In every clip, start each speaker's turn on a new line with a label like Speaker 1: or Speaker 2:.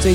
Speaker 1: 最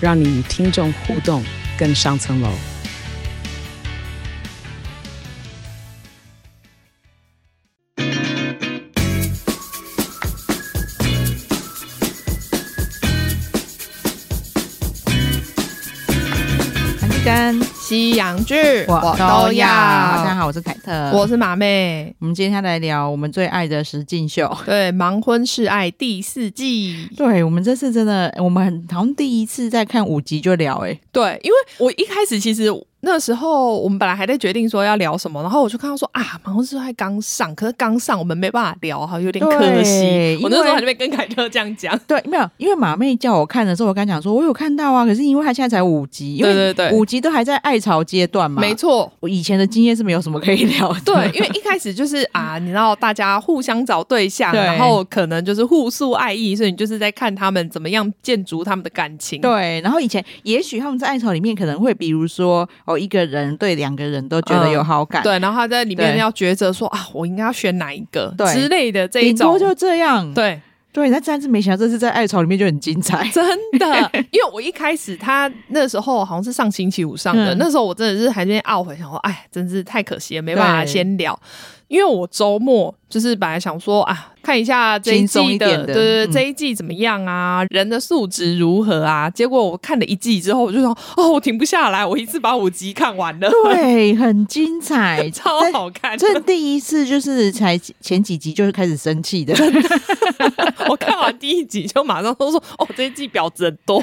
Speaker 1: 让你与听众互动更上层楼。
Speaker 2: 韩剧跟西洋剧
Speaker 3: 大家好，我是凯特。
Speaker 2: 我是马妹。
Speaker 3: 我们今天来聊我们最爱的石进秀。
Speaker 2: 对，《盲婚试爱》第四季。
Speaker 3: 对我们这次真的，我们好像第一次在看五集就聊哎、欸
Speaker 2: 对，因为我一开始其实那时候我们本来还在决定说要聊什么，然后我就看到说啊，《盲婚试爱》刚上，可是刚上我们没办法聊，好像有点可惜。
Speaker 3: 对
Speaker 2: 我那时
Speaker 3: 因为
Speaker 2: 候还在那边跟凯特这样讲。
Speaker 3: 对，没有，因为马妹叫我看的时候，我刚讲说，我有看到啊，可是因为她现在才五集，因为
Speaker 2: 对对对
Speaker 3: 五集都还在爱潮阶段嘛。
Speaker 2: 没，错，
Speaker 3: 我以前的经验是没有什么可以聊的。
Speaker 2: 对，因为一开始就是 啊，你知道大家互相找对象，
Speaker 3: 对
Speaker 2: 然后可能就是互诉爱意，所以你就是在看他们怎么样建筑他们的感 情。
Speaker 3: 对，然后以前也许他们在爱潮里面可能会，比如说哦，一个人对两个人都觉得
Speaker 2: 嗯
Speaker 3: 有好感，
Speaker 2: 对，然后他在里面
Speaker 3: 对
Speaker 2: 要抉择说啊，我应该要选哪一个
Speaker 3: 对
Speaker 2: 之类的这一
Speaker 3: 顶
Speaker 2: 种
Speaker 3: 多，就这样。
Speaker 2: 对，
Speaker 3: 对，但真是没想到这次在爱潮里面就很精彩。
Speaker 2: 真 的，因为我一开始他那时候好像是上星期五上的，
Speaker 3: 嗯
Speaker 2: 那时候我真的是还在那边懊悔，想说哎，真是太可惜了，没办法
Speaker 3: 对
Speaker 2: 先聊。因为我周末就是本来想说啊，看一下这一
Speaker 3: 轻松
Speaker 2: 季
Speaker 3: 一
Speaker 2: 的，
Speaker 3: 点
Speaker 2: 对
Speaker 3: 的
Speaker 2: 对对，
Speaker 3: 嗯
Speaker 2: 这一季怎么样啊？人的素质如何啊？结果我看了一季之后，我就说哦，我停不下来，我一次把五集看完了，，
Speaker 3: 对，很精彩
Speaker 2: 超好看。
Speaker 3: 这。这第一次就是才前几集就是开始生气 的，
Speaker 2: 我看完第一集就马上都说，哦，这一季婊子很 多。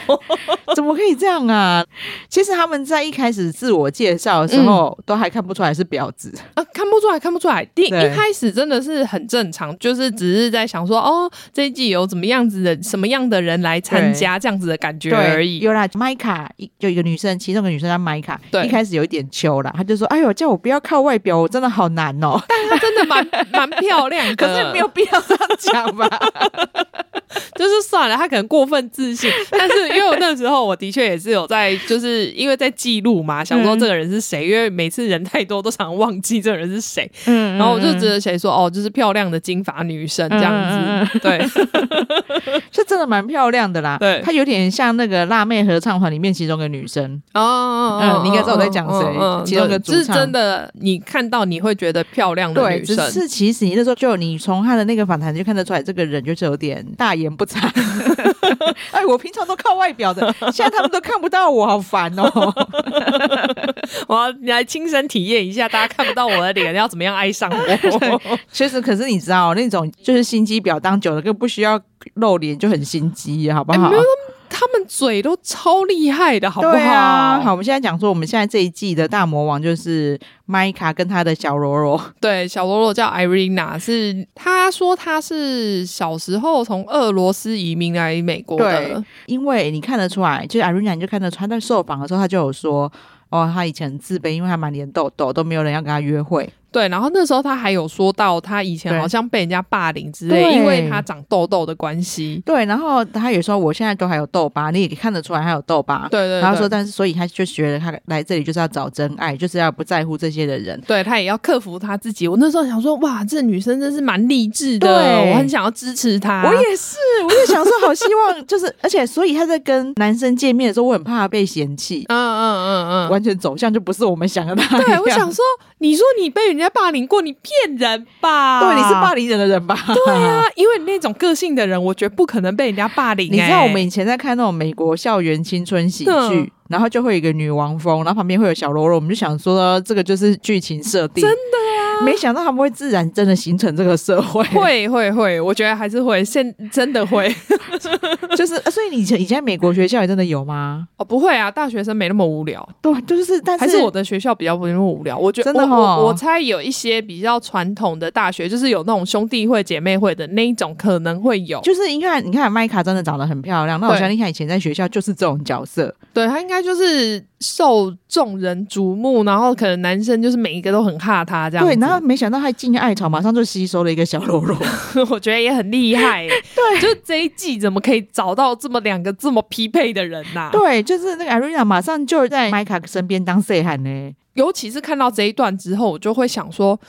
Speaker 3: 怎么可以这样啊？其实他们在一开始自我介绍的时
Speaker 2: 嗯
Speaker 3: 候，都还看不出来是婊子，
Speaker 2: 啊，看不出来，看不出来。第一
Speaker 3: 对
Speaker 2: 开始真的是很正常，就是只是在想说，哦，这一季有怎么样子的、什么样的人来参加这样子的感觉而已。
Speaker 3: 有啦，麦卡一就一个女生，其中一个女生叫麦卡，
Speaker 2: 对
Speaker 3: 一开始有一点秋啦，她就说：“哎呦，叫我不要靠外表，我真的好难 哦。
Speaker 2: 但她真的蛮蛮漂亮的，
Speaker 3: 可是没有，必要这样讲 吧？
Speaker 2: 就是算了，她可能过分自 信。但是因为我那时候我的确也是有在，就是因为在记录嘛，想说这个人是谁，因为每次人太多都常忘记这个人是谁。
Speaker 3: 嗯
Speaker 2: 然后我就只能写说，哦，就是漂亮的金发女生这样
Speaker 3: 嗯嗯
Speaker 2: 子，对，
Speaker 3: 是真的蛮漂亮的啦。
Speaker 2: 对
Speaker 3: 她有点像那个辣妹合唱团里面其中一个女生。
Speaker 2: 哦，
Speaker 3: 嗯你应该知道我在讲谁
Speaker 2: 嗯嗯
Speaker 3: 其中一个主
Speaker 2: 对是
Speaker 3: 唱
Speaker 2: 真的，你看到你会觉得漂亮的
Speaker 3: 对，
Speaker 2: 女
Speaker 3: 只
Speaker 2: 生，
Speaker 3: 是其实你那时候就你从他的那个访谈就看得出来，这个人就是有点大言不惭。 哎，我平常都靠外表的，现在他们都看不到我，好烦哦。
Speaker 2: 我要来亲身体验一下，大家看不到我的脸，要怎么样爱上 我？
Speaker 3: 确实，可是你知道那种就是心机婊当久了，更不需要露脸就很心机，好不好？
Speaker 2: 哎没有他们嘴都超厉害的，好不好？
Speaker 3: 对啊，好，我们现在讲说，我们现在这一季的大魔王就是麦卡跟他的小柔柔，
Speaker 2: 对小罗罗叫 Irina，是她说她是小时候从俄罗斯移民来美国的
Speaker 3: 对，因为你看得出来，就是 Irina 你就看得出来，她在受访的时候，她就有说，哦，她以前很自卑，因为她满脸痘痘，都没有人要跟她约会。
Speaker 2: 对，然后那时候她还有说到，她以前
Speaker 3: 对
Speaker 2: 好像被人家霸凌之类，
Speaker 3: 对
Speaker 2: 因为她长痘痘的关系。
Speaker 3: 对，然后他也说我现在都还有痘疤，你也看得出来还有痘疤。
Speaker 2: 对对对，
Speaker 3: 然后说，但是所以他就觉得他来这里就是要找真爱，就是要不在乎这些的人。
Speaker 2: 对她也要克服她自己。我那时候想说，哇，这女生真是蛮励志的，
Speaker 3: 对
Speaker 2: 我很想要支持她。
Speaker 3: 我也是，我也想说，好希望就是，而且所以他在跟男生见面的时候，我很怕他被嫌弃，
Speaker 2: 嗯嗯嗯嗯。
Speaker 3: 完全走向就不是我们想的那样。
Speaker 2: 对，我想说，你说你被人家霸凌过，你骗人吧？
Speaker 3: 对，你是霸凌人的人吧？
Speaker 2: 对啊，因为那种个性的人，我觉得不可能被人家霸凌、
Speaker 3: 你知道
Speaker 2: 哎
Speaker 3: 我们以前在看那种美国校园青春喜
Speaker 2: 嗯
Speaker 3: 剧，然后就会有一个女王风，然后旁边会有小喽啰，我们就想说这个就是剧情设定，真的没想到他们会自然真的形成这个社会，
Speaker 2: 会会会，我觉得还是会，现真的会
Speaker 3: 就是，呃所以你以前以前美国学校也真的有吗？
Speaker 2: 哦，不会啊，大学生没那么无聊，
Speaker 3: 对，就是，但
Speaker 2: 还是我的学校比较不那么无聊。我觉
Speaker 3: 真
Speaker 2: 得
Speaker 3: 的
Speaker 2: 我我
Speaker 3: 哦
Speaker 2: 我猜有一些比较传统的大学，就是有那种兄弟会、姐妹会的那一种，可能会有。
Speaker 3: 就是你看，你看麦卡真的长得很漂亮，那我
Speaker 2: 对
Speaker 3: 相信她以前在学校就是这种角色，
Speaker 2: 对他应该就是受众人瞩目，然后可能男生就是每一个都很怕他这样子。
Speaker 3: 对，然后没想到她进爱巢，马上就吸收了一个小喽 啰，
Speaker 2: 我觉得也很厉害、 欸。对，就这一季怎么可以找到这么两个这么匹配的人呐、
Speaker 3: 对，就是那个 Arena 马上就在麦卡身边当 C 喊呢，
Speaker 2: 尤其是看到这一段之后，我就会想说，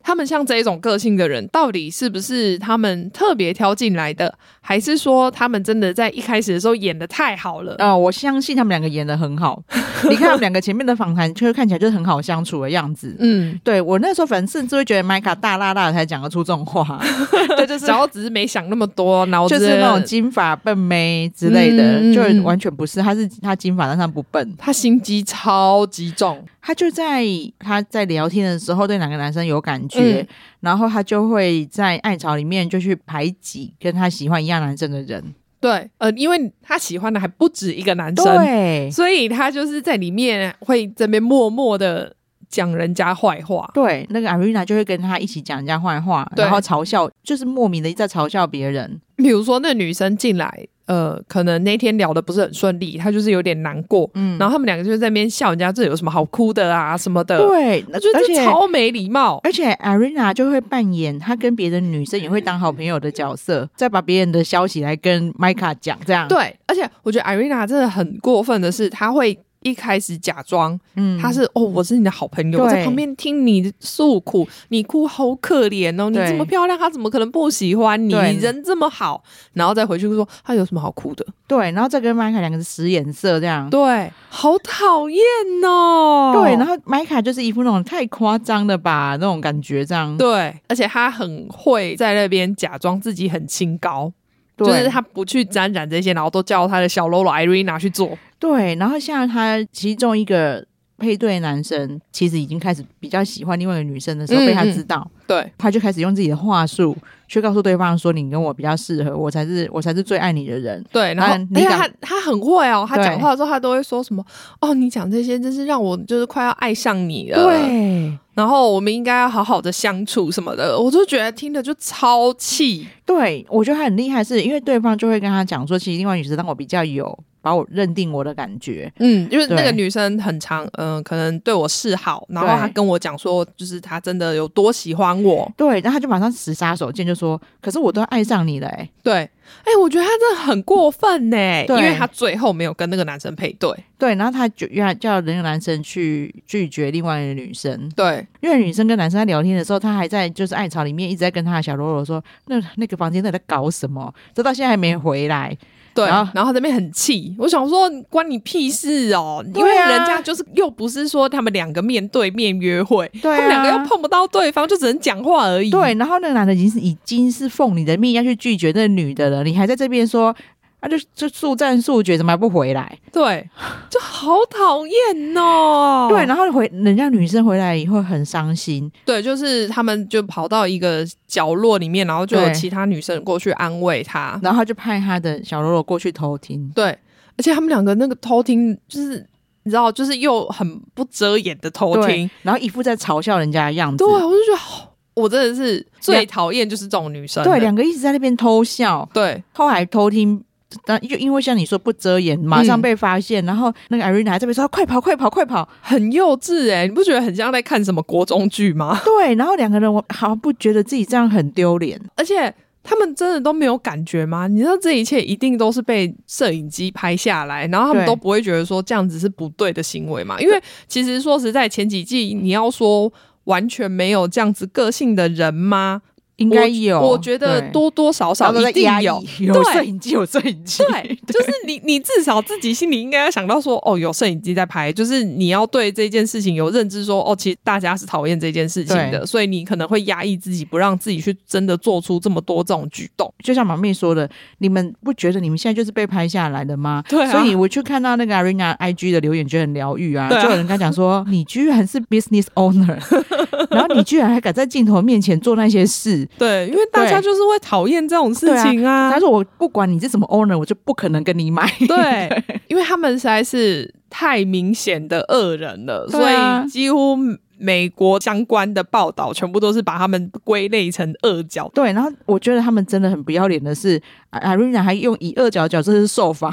Speaker 2: 他们像这一种个性的人，到底是不是他们特别挑进来的，还是说他们真的在一开始的时候演的太好了？
Speaker 3: 啊、我相信他们两个演的很 好，你看他们两个前面的访谈，就是看起来就是很好相处的样子。
Speaker 2: 嗯，
Speaker 3: 对我那时候，反正甚至会觉得麦卡大辣辣的才讲得出这种 话，对，就是
Speaker 2: 然后只是没想那么多，脑子
Speaker 3: 就是那种金发笨妹之类的，
Speaker 2: 嗯嗯
Speaker 3: 就
Speaker 2: 嗯
Speaker 3: 完全不是，她是她金发，但她不笨。
Speaker 2: 他心机超级重，
Speaker 3: 她就在她在聊天的时候对哪个男生有感觉，
Speaker 2: 嗯
Speaker 3: 然后她就会在爱巢里面就去排挤跟她喜欢一样男生的人。
Speaker 2: 对，呃，因为他喜欢的还不止一个男生，
Speaker 3: 对
Speaker 2: 所以他就是在里面会这边默默的讲人家坏话。
Speaker 3: 对，那个 Arena 就会跟她一起讲人家坏话，
Speaker 2: 对
Speaker 3: 然后嘲笑，就是莫名的在嘲笑别人。
Speaker 2: 比如说那女生进来，呃，可能那天聊的不是很顺利，她就是有点难过，
Speaker 3: 嗯，
Speaker 2: 然后他们两个就在那边笑人家这有什么好哭的啊什么的，
Speaker 3: 对，
Speaker 2: 我觉得
Speaker 3: 而
Speaker 2: 这
Speaker 3: 且
Speaker 2: 超没礼貌。
Speaker 3: 而且 Arena 就会扮演她跟别的女生也会当好朋友的角色，再把别人的消息来跟麦卡讲，这样。，
Speaker 2: 嗯对，而且我觉得 Irina 真的很过分的是，她会一开始假装
Speaker 3: 嗯
Speaker 2: 她是、哦，我是你的好朋友，
Speaker 3: 对
Speaker 2: 我在旁边听你诉苦，你哭好可怜哦，你
Speaker 3: 对
Speaker 2: 这么漂亮，他怎么可能不喜欢你？
Speaker 3: 对
Speaker 2: 你人这么好，然后再回去说他有什么好哭的？
Speaker 3: 对，然后再跟麦卡两个人使眼色，这样。
Speaker 2: 对，好讨厌哦。
Speaker 3: 对，然后麦卡就是一副那种太夸张了吧那种感觉，这样。
Speaker 2: 对，而且他很会在那边假装自己很清高，
Speaker 3: 对，
Speaker 2: 就是他不去沾染这些，然后都叫他的小喽啰 Irina 去做。
Speaker 3: 对，然后像他其中一个配对男生，其实已经开始比较喜欢另外一个女生的时候，
Speaker 2: 嗯
Speaker 3: 被他
Speaker 2: 嗯
Speaker 3: 知道，
Speaker 2: 对，
Speaker 3: 他就开始用自己的话术去告诉对方说：“你跟我比较适合，我才是我才是最爱你的人。
Speaker 2: 对，然后、
Speaker 3: 啊你
Speaker 2: 而且
Speaker 3: 讲
Speaker 2: 他他很会哦，他
Speaker 3: 对
Speaker 2: 讲话的时候他都会说什么哦，你讲这些真是让我就是快要爱上你了。，
Speaker 3: 对
Speaker 2: 然后我们应该要好好的相处什么的，我就觉得听着就超气。
Speaker 3: 对，我觉得他很厉害是，因为对方就会跟他讲说，其实另外一个女生让我比较有把我认定我的感觉。
Speaker 2: 嗯，因为那
Speaker 3: 对
Speaker 2: 个女生很常，嗯、可能对我示好，然后
Speaker 3: 对
Speaker 2: 她跟我讲说，就是她真的有多喜欢我。
Speaker 3: 对，然后他就马上使杀手锏，就说：“可是我都爱上你了、欸，
Speaker 2: 对，哎、我觉得她真的很过分呢、因
Speaker 3: 对
Speaker 2: 为她最后没有跟那个男生配对。
Speaker 3: 对，然后他就原来叫那个男生去拒绝另外一个女生，
Speaker 2: 对，
Speaker 3: 因为女生跟男生在聊天的时候，他还在就是爱巢里面一直在跟他的小喽啰说，那那个房间到底在搞什么？这到现在还没回来。
Speaker 2: 对，
Speaker 3: 然
Speaker 2: 然
Speaker 3: 后
Speaker 2: 后他那边很气，我想说关你屁事哦，
Speaker 3: 对
Speaker 2: 因
Speaker 3: 啊
Speaker 2: 为人家就是又不是说他们两个面对面约会，
Speaker 3: 对、啊，
Speaker 2: 他们两个又碰不到对方，就只能讲话而已。
Speaker 3: 对，然后那个男的已经是已经是奉你的命要去拒绝那个女的了，你还在这边说。他、就就速战速决，怎么还不回来？
Speaker 2: 对，就好讨厌 哦。
Speaker 3: 对，然后回人家女生回来以后很伤心，
Speaker 2: 对，就是他们就跑到一个角落里面，然后就有
Speaker 3: 对
Speaker 2: 其他女生过去安慰他。
Speaker 3: 然后他就派他的小喽啰过去偷听。
Speaker 2: 对，而且他们两个那个偷听，就是你知道，就是又很不遮掩的偷听
Speaker 3: 对。，然后一副在嘲笑人家的样子。
Speaker 2: 对，我就觉得好，我真的是最讨厌就是这种女生了。
Speaker 3: 对，两个一直在那边偷笑，
Speaker 2: 对。
Speaker 3: 后来偷听，但就因为像你说不遮掩，马上被发现，然后那个 Irene 还在那边说快跑快跑快跑，
Speaker 2: 很幼稚哎、你不觉得很像在看什么国中剧吗？
Speaker 3: 对，然后两个人我好像不觉得自己这样很丢脸，
Speaker 2: 而且他们真的都没有感觉吗？你知道这一切一定都是被摄影机拍下来，然后他们
Speaker 3: 对
Speaker 2: 都不会觉得说这样子是不对的行为嘛？因为其实说实在，前几季你要说完全没有这样子个性的人吗？
Speaker 3: 应该有，
Speaker 2: 我觉得
Speaker 3: 对
Speaker 2: 多多少
Speaker 3: 大
Speaker 2: 少
Speaker 3: 家都在
Speaker 2: 一定
Speaker 3: 压抑
Speaker 2: 有。
Speaker 3: 有
Speaker 2: 对
Speaker 3: 摄影机，有摄影机，
Speaker 2: 对，就是你，你至少自己心里应该要想到说，哦，有摄影机在拍，就是你要对这件事情有认知说，哦，其实大家是讨厌这件事情的，
Speaker 3: 对
Speaker 2: 所以你可能会压抑自己，不让自己去真的做出这么多这种举动。
Speaker 3: 就像马妹说的，你们不觉得你们现在就是被拍下来的吗？
Speaker 2: 对啊
Speaker 3: 所以我去看到那个 Arena IG 的留言，觉得很疗愈啊。
Speaker 2: 对啊
Speaker 3: 就有人跟他讲说，你居然是 business owner，然后你居然还敢在镜头面前做那些事。
Speaker 2: 对，因为大家就是会讨厌这种事情 啊。
Speaker 3: 他说我不管你是什么 owner，我就不可能跟你买。
Speaker 2: 对，因为他们实在是太明显的恶人了，
Speaker 3: 对啊
Speaker 2: 所以几乎美国相关的报道全部都是把他们归类成恶角。
Speaker 3: 对，然后我觉得他们真的很不要脸的是啊，Arena 还用以恶角角，这是受访、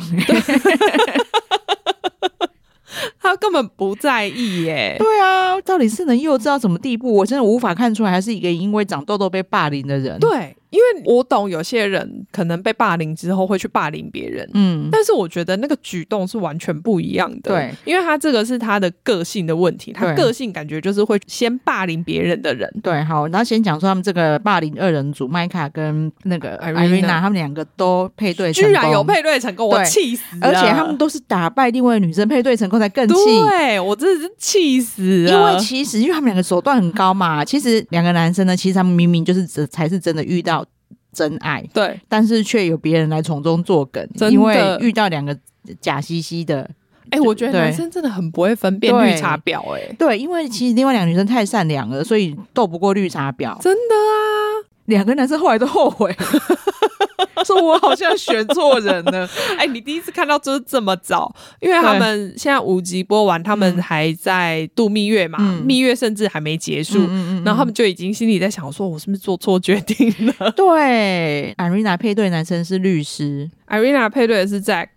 Speaker 2: 他根本不在意耶、
Speaker 3: 对啊， 到底是能幼稚到什么地步？我真的无法看出来，还是一个因为长痘痘被霸凌的人。，
Speaker 2: 对，因为我懂有些人可能被霸凌之后会去霸凌别人，
Speaker 3: 嗯，
Speaker 2: 但是我觉得那个举动是完全不一样的。
Speaker 3: 对，
Speaker 2: 因为他这个是他的个性的问题，他
Speaker 3: 对
Speaker 2: 个性感觉就是会先霸凌别人的人。
Speaker 3: 对，好，然后先讲说他们这个霸凌二人组麦卡跟那个
Speaker 2: Irina
Speaker 3: Irina，他们两个都配对成功，
Speaker 2: 居然有，配对成功，我
Speaker 3: 对
Speaker 2: 气死了！
Speaker 3: 而且他们都是打败另外的女生配对成功才更气。
Speaker 2: 对啊我真的是气死
Speaker 3: 因
Speaker 2: 了，
Speaker 3: 为其实，因为他们两个手段很高嘛，其实两个男生呢，其实他们明明就是只才是真的遇到真爱，
Speaker 2: 对
Speaker 3: 但是却有别人来从中作梗
Speaker 2: 真，的
Speaker 3: 因为遇到两个假兮兮的，
Speaker 2: 哎、我觉得
Speaker 3: 对
Speaker 2: 男生真的很不会分辨
Speaker 3: 对
Speaker 2: 绿茶婊、哎，
Speaker 3: 对，因为其实另外两个女生太善良了，所以斗不过绿茶婊，
Speaker 2: 真的啊，
Speaker 3: 两个男生后来都后悔，说我好像选错人了。
Speaker 2: 哎、你第一次看到就是这么早，因为他们现在五集播完，他们还在度蜜月嘛，
Speaker 3: 嗯
Speaker 2: 蜜月甚至还没结束，
Speaker 3: 嗯
Speaker 2: 然后他们就已经心里在想说，我是不是做错决定了
Speaker 3: 对，Arena 配对男生是律师，
Speaker 2: ？Irina 配对的是 Zack，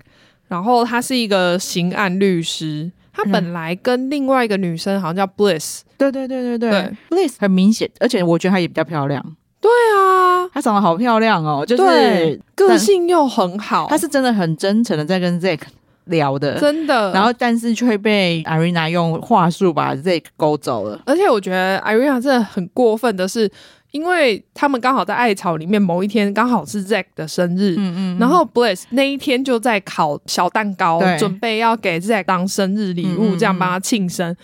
Speaker 2: 然后他是一个刑案律师，他本来跟另外一个女生好像叫 Bliss，
Speaker 3: 对对对对
Speaker 2: 对
Speaker 3: b l i s s 很明显，而且我觉得她也比较漂亮，
Speaker 2: 对啊，
Speaker 3: 她长得好漂亮哦，就
Speaker 2: 对
Speaker 3: 是，
Speaker 2: 个
Speaker 3: 但
Speaker 2: 性又很好，
Speaker 3: 她是真的很真诚的在跟 Zack 聊的，
Speaker 2: 真的，
Speaker 3: 然后但是却被 Arena 用话术把 Zack 勾走了。
Speaker 2: 而且我觉得 Irina 真的很过分的是，因为他们刚好在艾草里面某一天刚好是 Zack 的生日，
Speaker 3: 嗯
Speaker 2: 然后 Blaze 那一天就在烤小蛋糕，
Speaker 3: 对
Speaker 2: 准备要给 Zack 当生日礼
Speaker 3: 嗯嗯
Speaker 2: 物，
Speaker 3: 嗯
Speaker 2: 这样帮他庆生。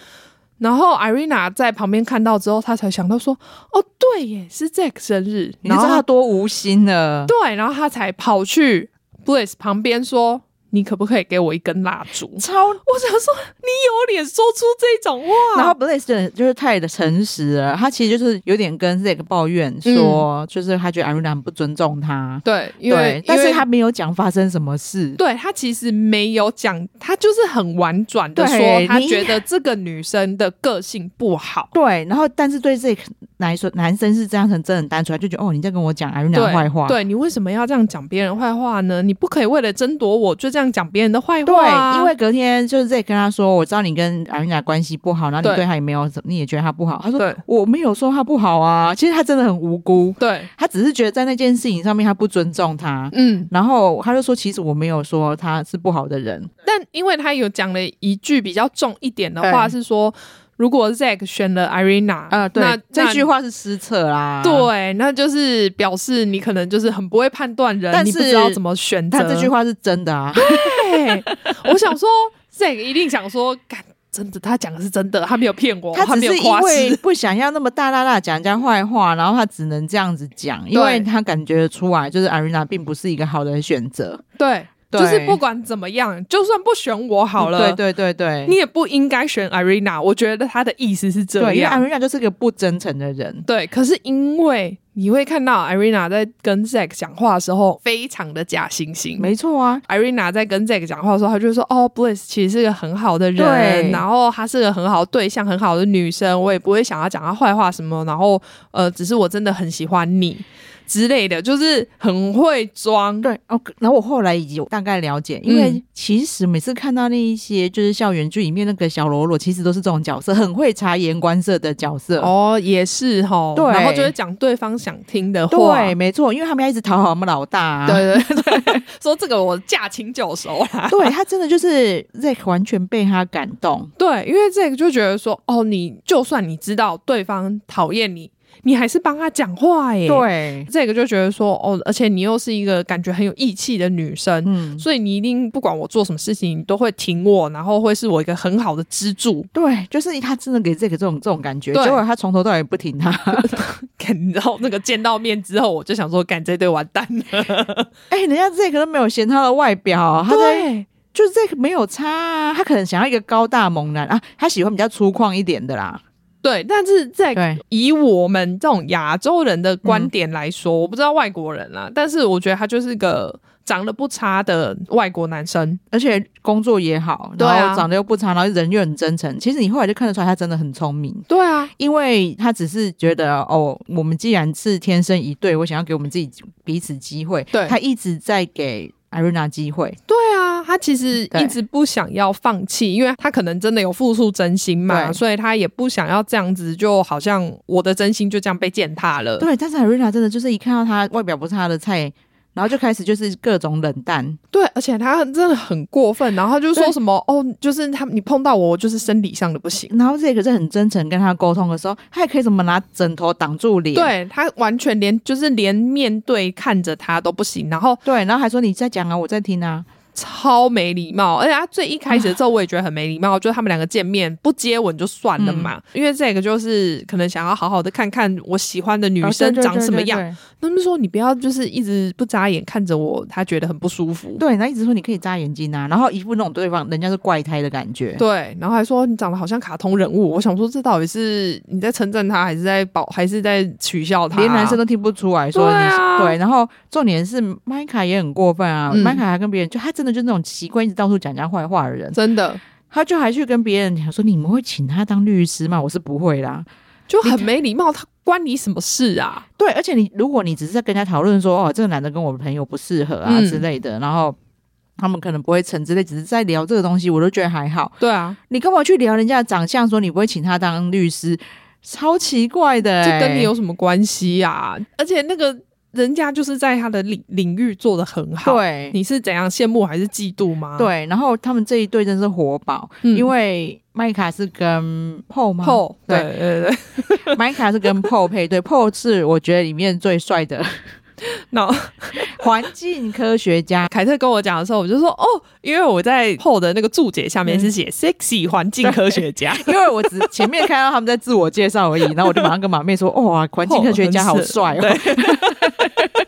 Speaker 2: 然后 Irina 在旁边看到之后，她才想到说：“哦，对耶，是 Zack 生日。”
Speaker 3: 你
Speaker 2: 然
Speaker 3: 知道
Speaker 2: 后
Speaker 3: 她
Speaker 2: 她
Speaker 3: 多无心呢？
Speaker 2: 对，然后她才跑去 Blaze 旁边说：“你可不可以给我一根蜡烛？”
Speaker 3: 超
Speaker 2: 我想说，你有脸说出这种话？
Speaker 3: 然后 Blaze 真的就是太诚实了，他其实就是有点跟 Zack 抱怨说，就是他觉得 Irina 很不尊重他，
Speaker 2: 对，因为
Speaker 3: 对，但
Speaker 2: 因
Speaker 3: 是
Speaker 2: 为
Speaker 3: 他没有讲发生什么事，
Speaker 2: 对他其实没有讲，他就是很婉转的说
Speaker 3: 对，
Speaker 2: 他
Speaker 3: 你
Speaker 2: 觉得这个女生的个性不好。
Speaker 3: 对，然后但是对 Zack 来说，男生是这样很真的很单纯，就觉得哦你在跟我讲 Irina 的
Speaker 2: 对
Speaker 3: 坏话，
Speaker 2: 对你为什么要这样讲别人坏话呢？你不可以为了争夺我就这样讲别人的坏
Speaker 3: 对
Speaker 2: 话、啊。
Speaker 3: 因为隔天就是 Zack 跟他说，我知道你跟 Irina 关系不好，然后
Speaker 2: 对
Speaker 3: 你对他也没有什么，你也觉得他不好，他说
Speaker 2: 对
Speaker 3: 我没有说他不好啊，其实他真的很无辜，
Speaker 2: 对，
Speaker 3: 他只是觉得在那件事情上面他不尊重他。
Speaker 2: 嗯，
Speaker 3: 然后他就说：“其实我没有说他是不好的人，
Speaker 2: 但因为他有讲了一句比较重一点的话，是说如果 Zack 选了 Irina，
Speaker 3: 啊，对
Speaker 2: 那，
Speaker 3: 这句
Speaker 2: 话。
Speaker 3: 话是失策啦。，
Speaker 2: 对，那就是表示你可能就是很不会判断人，
Speaker 3: 但
Speaker 2: 你不
Speaker 3: 是
Speaker 2: 知道怎么选择。
Speaker 3: 他这句话是真的啊。
Speaker 2: 对， 我想说，Zack 一定想说，干，真的，他讲的是真哦的，他没有骗我，
Speaker 3: 他只
Speaker 2: 没有
Speaker 3: 是因
Speaker 2: 夸
Speaker 3: 为
Speaker 2: 饰。
Speaker 3: 不想要那么大大大讲人家坏话，然后他只能这样子讲，因为他感觉出来就是 Arena 并不是一个好的选择。
Speaker 2: 对，
Speaker 3: 对
Speaker 2: 就是不管怎么样，就算不选我好了，
Speaker 3: 对对对对，
Speaker 2: 你也不应该选 Irina。我觉得他的意思是这
Speaker 3: 对，因为
Speaker 2: 样，
Speaker 3: Arena 就是个不真诚的人。
Speaker 2: 对。可是因为你会看到 Irina 在跟 Zack 讲话的时候，非常的假惺惺。
Speaker 3: 没错啊，
Speaker 2: Irina 在跟 Zack 讲话的时候，她就说：“哦，Bliss 其实是个很好的人，
Speaker 3: 对
Speaker 2: 然后她是个很好的对象，很好的女生，我也不会想要讲她坏话什么。然后呃，只是我真的很喜欢你之类的，就是很会装。
Speaker 3: 对哦。可然后我后来已经有大概了解，因
Speaker 2: 嗯
Speaker 3: 为其实每次看到那一些就是校园剧里面那个小喽啰，其实都是这种角色，很会察言观色的角色。
Speaker 2: 哦，也是哈，
Speaker 3: 对
Speaker 2: 然后就会讲对方想听的话，
Speaker 3: 对，没错，因为他们要一直讨好我们老大、啊。
Speaker 2: 对对对 说这个我驾轻就熟啊啦。
Speaker 3: 对他真的就是 Zack 完全被他感动，
Speaker 2: 对，因为 Zack 就觉得说，哦，你就算你知道对方讨厌你，你还是帮他讲话耶。，
Speaker 3: 对，
Speaker 2: 这个就觉得说哦，而且你又是一个感觉很有义气的女生，
Speaker 3: 嗯，
Speaker 2: 所以你一定不管我做什么事情，你都会挺我，然后会是我一个很好的支柱。
Speaker 3: 对，就是他真的给这个这种这种感觉，
Speaker 2: 对
Speaker 3: 结果他从头到尾不听他。
Speaker 2: 干你知道那个见到面之后，我就想说，干这对完蛋了。
Speaker 3: 哎、人家这个都没有嫌他的外表，哦他在
Speaker 2: 对
Speaker 3: 就是这个没有差、啊，他可能想要一个高大猛男啊，他喜欢比较粗犷一点的啦。
Speaker 2: 对，但是在
Speaker 3: 对，嗯
Speaker 2: 以我们这种亚洲人的观点来说，我不知道外国人啦，但是我觉得他就是个长得不差的外国男生。
Speaker 3: 而且工作也好，
Speaker 2: 对啊
Speaker 3: 然后长得又不差，然后人又很真诚。其实你后来就看得出来，他真的很聪明。
Speaker 2: 对啊，
Speaker 3: 因为他只是觉得哦，我们既然是天生一对，我想要给我们自己彼此机会。
Speaker 2: 对
Speaker 3: 他一直在给艾瑞娜机会。
Speaker 2: 对啊，他其实
Speaker 3: 嗯对
Speaker 2: 一直不想要放弃，因为他可能真的有付出真心嘛，
Speaker 3: 对
Speaker 2: 所以他也不想要这样子，就好像我的真心就这样被践踏了。
Speaker 3: 对，但是艾瑞娜真的就是一看到他外表不是他的菜，然后就开始就是各种冷淡。
Speaker 2: 对，而且他真的很过分，然后他就说
Speaker 3: 对
Speaker 2: 什么哦，就是他你碰到我，我就是生理上的不行。
Speaker 3: 然后这个是很真诚跟他沟通的时候，他也可以怎么拿枕头挡住脸？
Speaker 2: 对他完全连就是连面对看着他都不行，然后
Speaker 3: 对，然后还说你在讲啊，我在听啊。
Speaker 2: 超没礼貌，而且他最一开始的时候我也觉得很没礼貌，就是他们两个见面不接吻就算了嘛，
Speaker 3: 嗯
Speaker 2: 因为这个就是可能想要好好的看看我喜欢的女
Speaker 3: 哦
Speaker 2: 生
Speaker 3: 对对
Speaker 2: 长什么
Speaker 3: 对对
Speaker 2: 样，他们说你不要就是一直不眨眼看着我，他觉得很不舒服。
Speaker 3: 对，然后一直说你可以眨眼睛啊，然后一副那种对方人家是怪胎的感觉。
Speaker 2: 对然后还说你长得好像卡通人物，我想说这到底是你在称赞他，还是在保，还是在取笑他？啊
Speaker 3: 连男生都听不出来说你
Speaker 2: 对啊
Speaker 3: 对，然后重点是麦卡也很过分啊，
Speaker 2: 嗯
Speaker 3: 麦卡还跟别人就他真的就是那种习惯一直到处讲人家坏话的人，
Speaker 2: 真的
Speaker 3: 他就还去跟别人讲说你们会请他当律师吗？我是不会啦。
Speaker 2: 就很没礼貌，他关你什么事啊？
Speaker 3: 对，而且你如果你只是在跟人家讨论说哦，这个男的跟我朋友不适合啊、
Speaker 2: 嗯
Speaker 3: 之类的，然后他们可能不会成之类，只是在聊这个东西，我都觉得还好。
Speaker 2: 对啊，
Speaker 3: 你干嘛去聊人家的长相，说你不会请他当律师，超奇怪的、
Speaker 2: 这
Speaker 3: 欸。
Speaker 2: 跟你有什么关系呀、啊？而且那个人家就是在他的领领域做的很好，，
Speaker 3: 对
Speaker 2: 你是怎样羡慕还是嫉妒吗？，
Speaker 3: 对，然后他们这一对真是火爆，
Speaker 2: 嗯
Speaker 3: 因为麦卡是跟 Paul 吗
Speaker 2: 后对
Speaker 3: 对，
Speaker 2: 对 对对，
Speaker 3: 麦卡是跟 Paul 配对，Paul 是我觉得里面最帅的
Speaker 2: 那
Speaker 3: 环境科学家。
Speaker 2: 凯特跟我讲的时候，我就说哦，因为我在后的那个注解下面
Speaker 3: 嗯
Speaker 2: 是写 “sexy 环境科学家
Speaker 3: 因为我只前面看到他们在自我介绍而已，然后我就马上跟马妹说：“哦哇，环境科学家好帅哦！”
Speaker 2: 对
Speaker 3: 结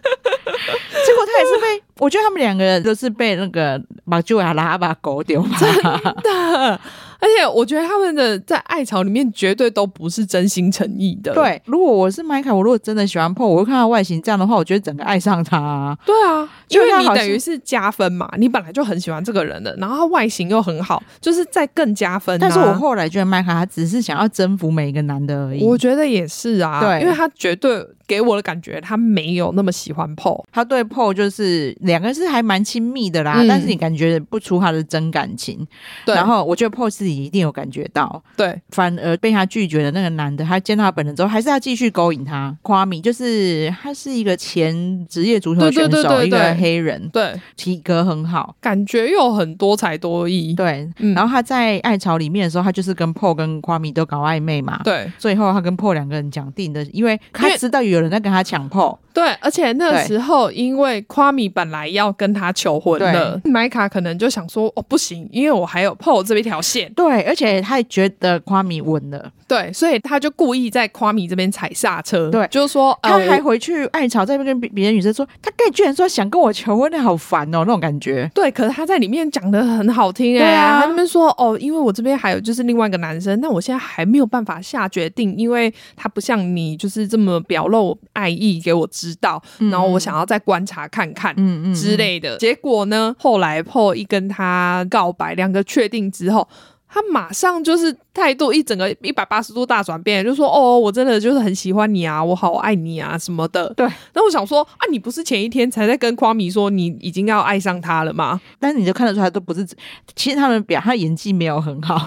Speaker 3: 果他也是被，我觉得他们两个人都是被那个马朱亚拉把狗丢嘛。”
Speaker 2: 的， 而且我觉得他们的在爱巢里面绝对都不是真心诚意的。
Speaker 3: 对，如果我是麦卡，我如果真的喜欢 p 我会看他外形这样的话，我觉得整个爱上他、啊。
Speaker 2: 对啊，因
Speaker 3: 因为
Speaker 2: 为
Speaker 3: 他
Speaker 2: 你
Speaker 3: 好像
Speaker 2: 等于是加分嘛，你本来就很喜欢这个人的，然后他外形又很好，就是再更加分、啊。
Speaker 3: 但是我后来觉得麦卡他只是想要征服每一个男的而已。
Speaker 2: 我觉得也是啊，
Speaker 3: 对
Speaker 2: 因为他绝对给我的感觉他没有那么喜欢 PO，
Speaker 3: 他对 Paul 就是两个是还蛮亲密的啦，
Speaker 2: 嗯
Speaker 3: 但是你感觉不出他的真感情。
Speaker 2: 对，
Speaker 3: 然后我觉得 Paul 自己一定有感觉到，
Speaker 2: 对
Speaker 3: 反而被他拒绝的那个男的，他见到他本人之后，还是要继续勾引他。夸米就是他是一个前职业足球选手，
Speaker 2: 对对对对对
Speaker 3: 一个黑人，
Speaker 2: 对，
Speaker 3: 体格很好。
Speaker 2: 感觉又很多才多艺，
Speaker 3: 对，
Speaker 2: 嗯
Speaker 3: 然后他在爱巢里面的时候，他就是跟 Paul 跟夸米都搞暧昧嘛。，
Speaker 2: 对
Speaker 3: 最后他跟 Paul 两个人讲定的，因为他
Speaker 2: 因为
Speaker 3: 知道有人在跟他抢 Paul。
Speaker 2: 对，而且那
Speaker 3: 对
Speaker 2: 时候因为夸米本来要跟他求婚了，麦卡可能就想说哦不行，因为我还有 PO 这一条线，
Speaker 3: 对，而且他也觉得夸米稳了，
Speaker 2: 对，所以他就故意在夸米这边踩刹车，
Speaker 3: 对
Speaker 2: 就是说
Speaker 3: 他
Speaker 2: 呃
Speaker 3: 还
Speaker 2: 我
Speaker 3: 回去爱巢，在那边跟别别的女生说，哦他刚才居然说想跟我求婚，那好烦哦，那种感觉。
Speaker 2: 对，可是他在里面讲的很好听哎、
Speaker 3: 对啊
Speaker 2: 他那边说哦，因为我这边还有就是另外一个男生，那我现在还没有办法下决定，因为他不像你就是这么表露爱意给我知道，然后我想要再观察看看。
Speaker 3: 嗯嗯，
Speaker 2: 之类的。结果呢，后来 Paul 一跟他告白，两个确定之后。他马上就是态度一整个一百八十度大转变，就说：“哦，我真的就是很喜欢你啊，我好爱你啊什么的。”
Speaker 3: 对。
Speaker 2: 那我想说啊，你不是前一天才在跟夸米说你已经要爱上他了吗？
Speaker 3: 但是你就看得出来，都不是。其实他们表他演技没有很 好，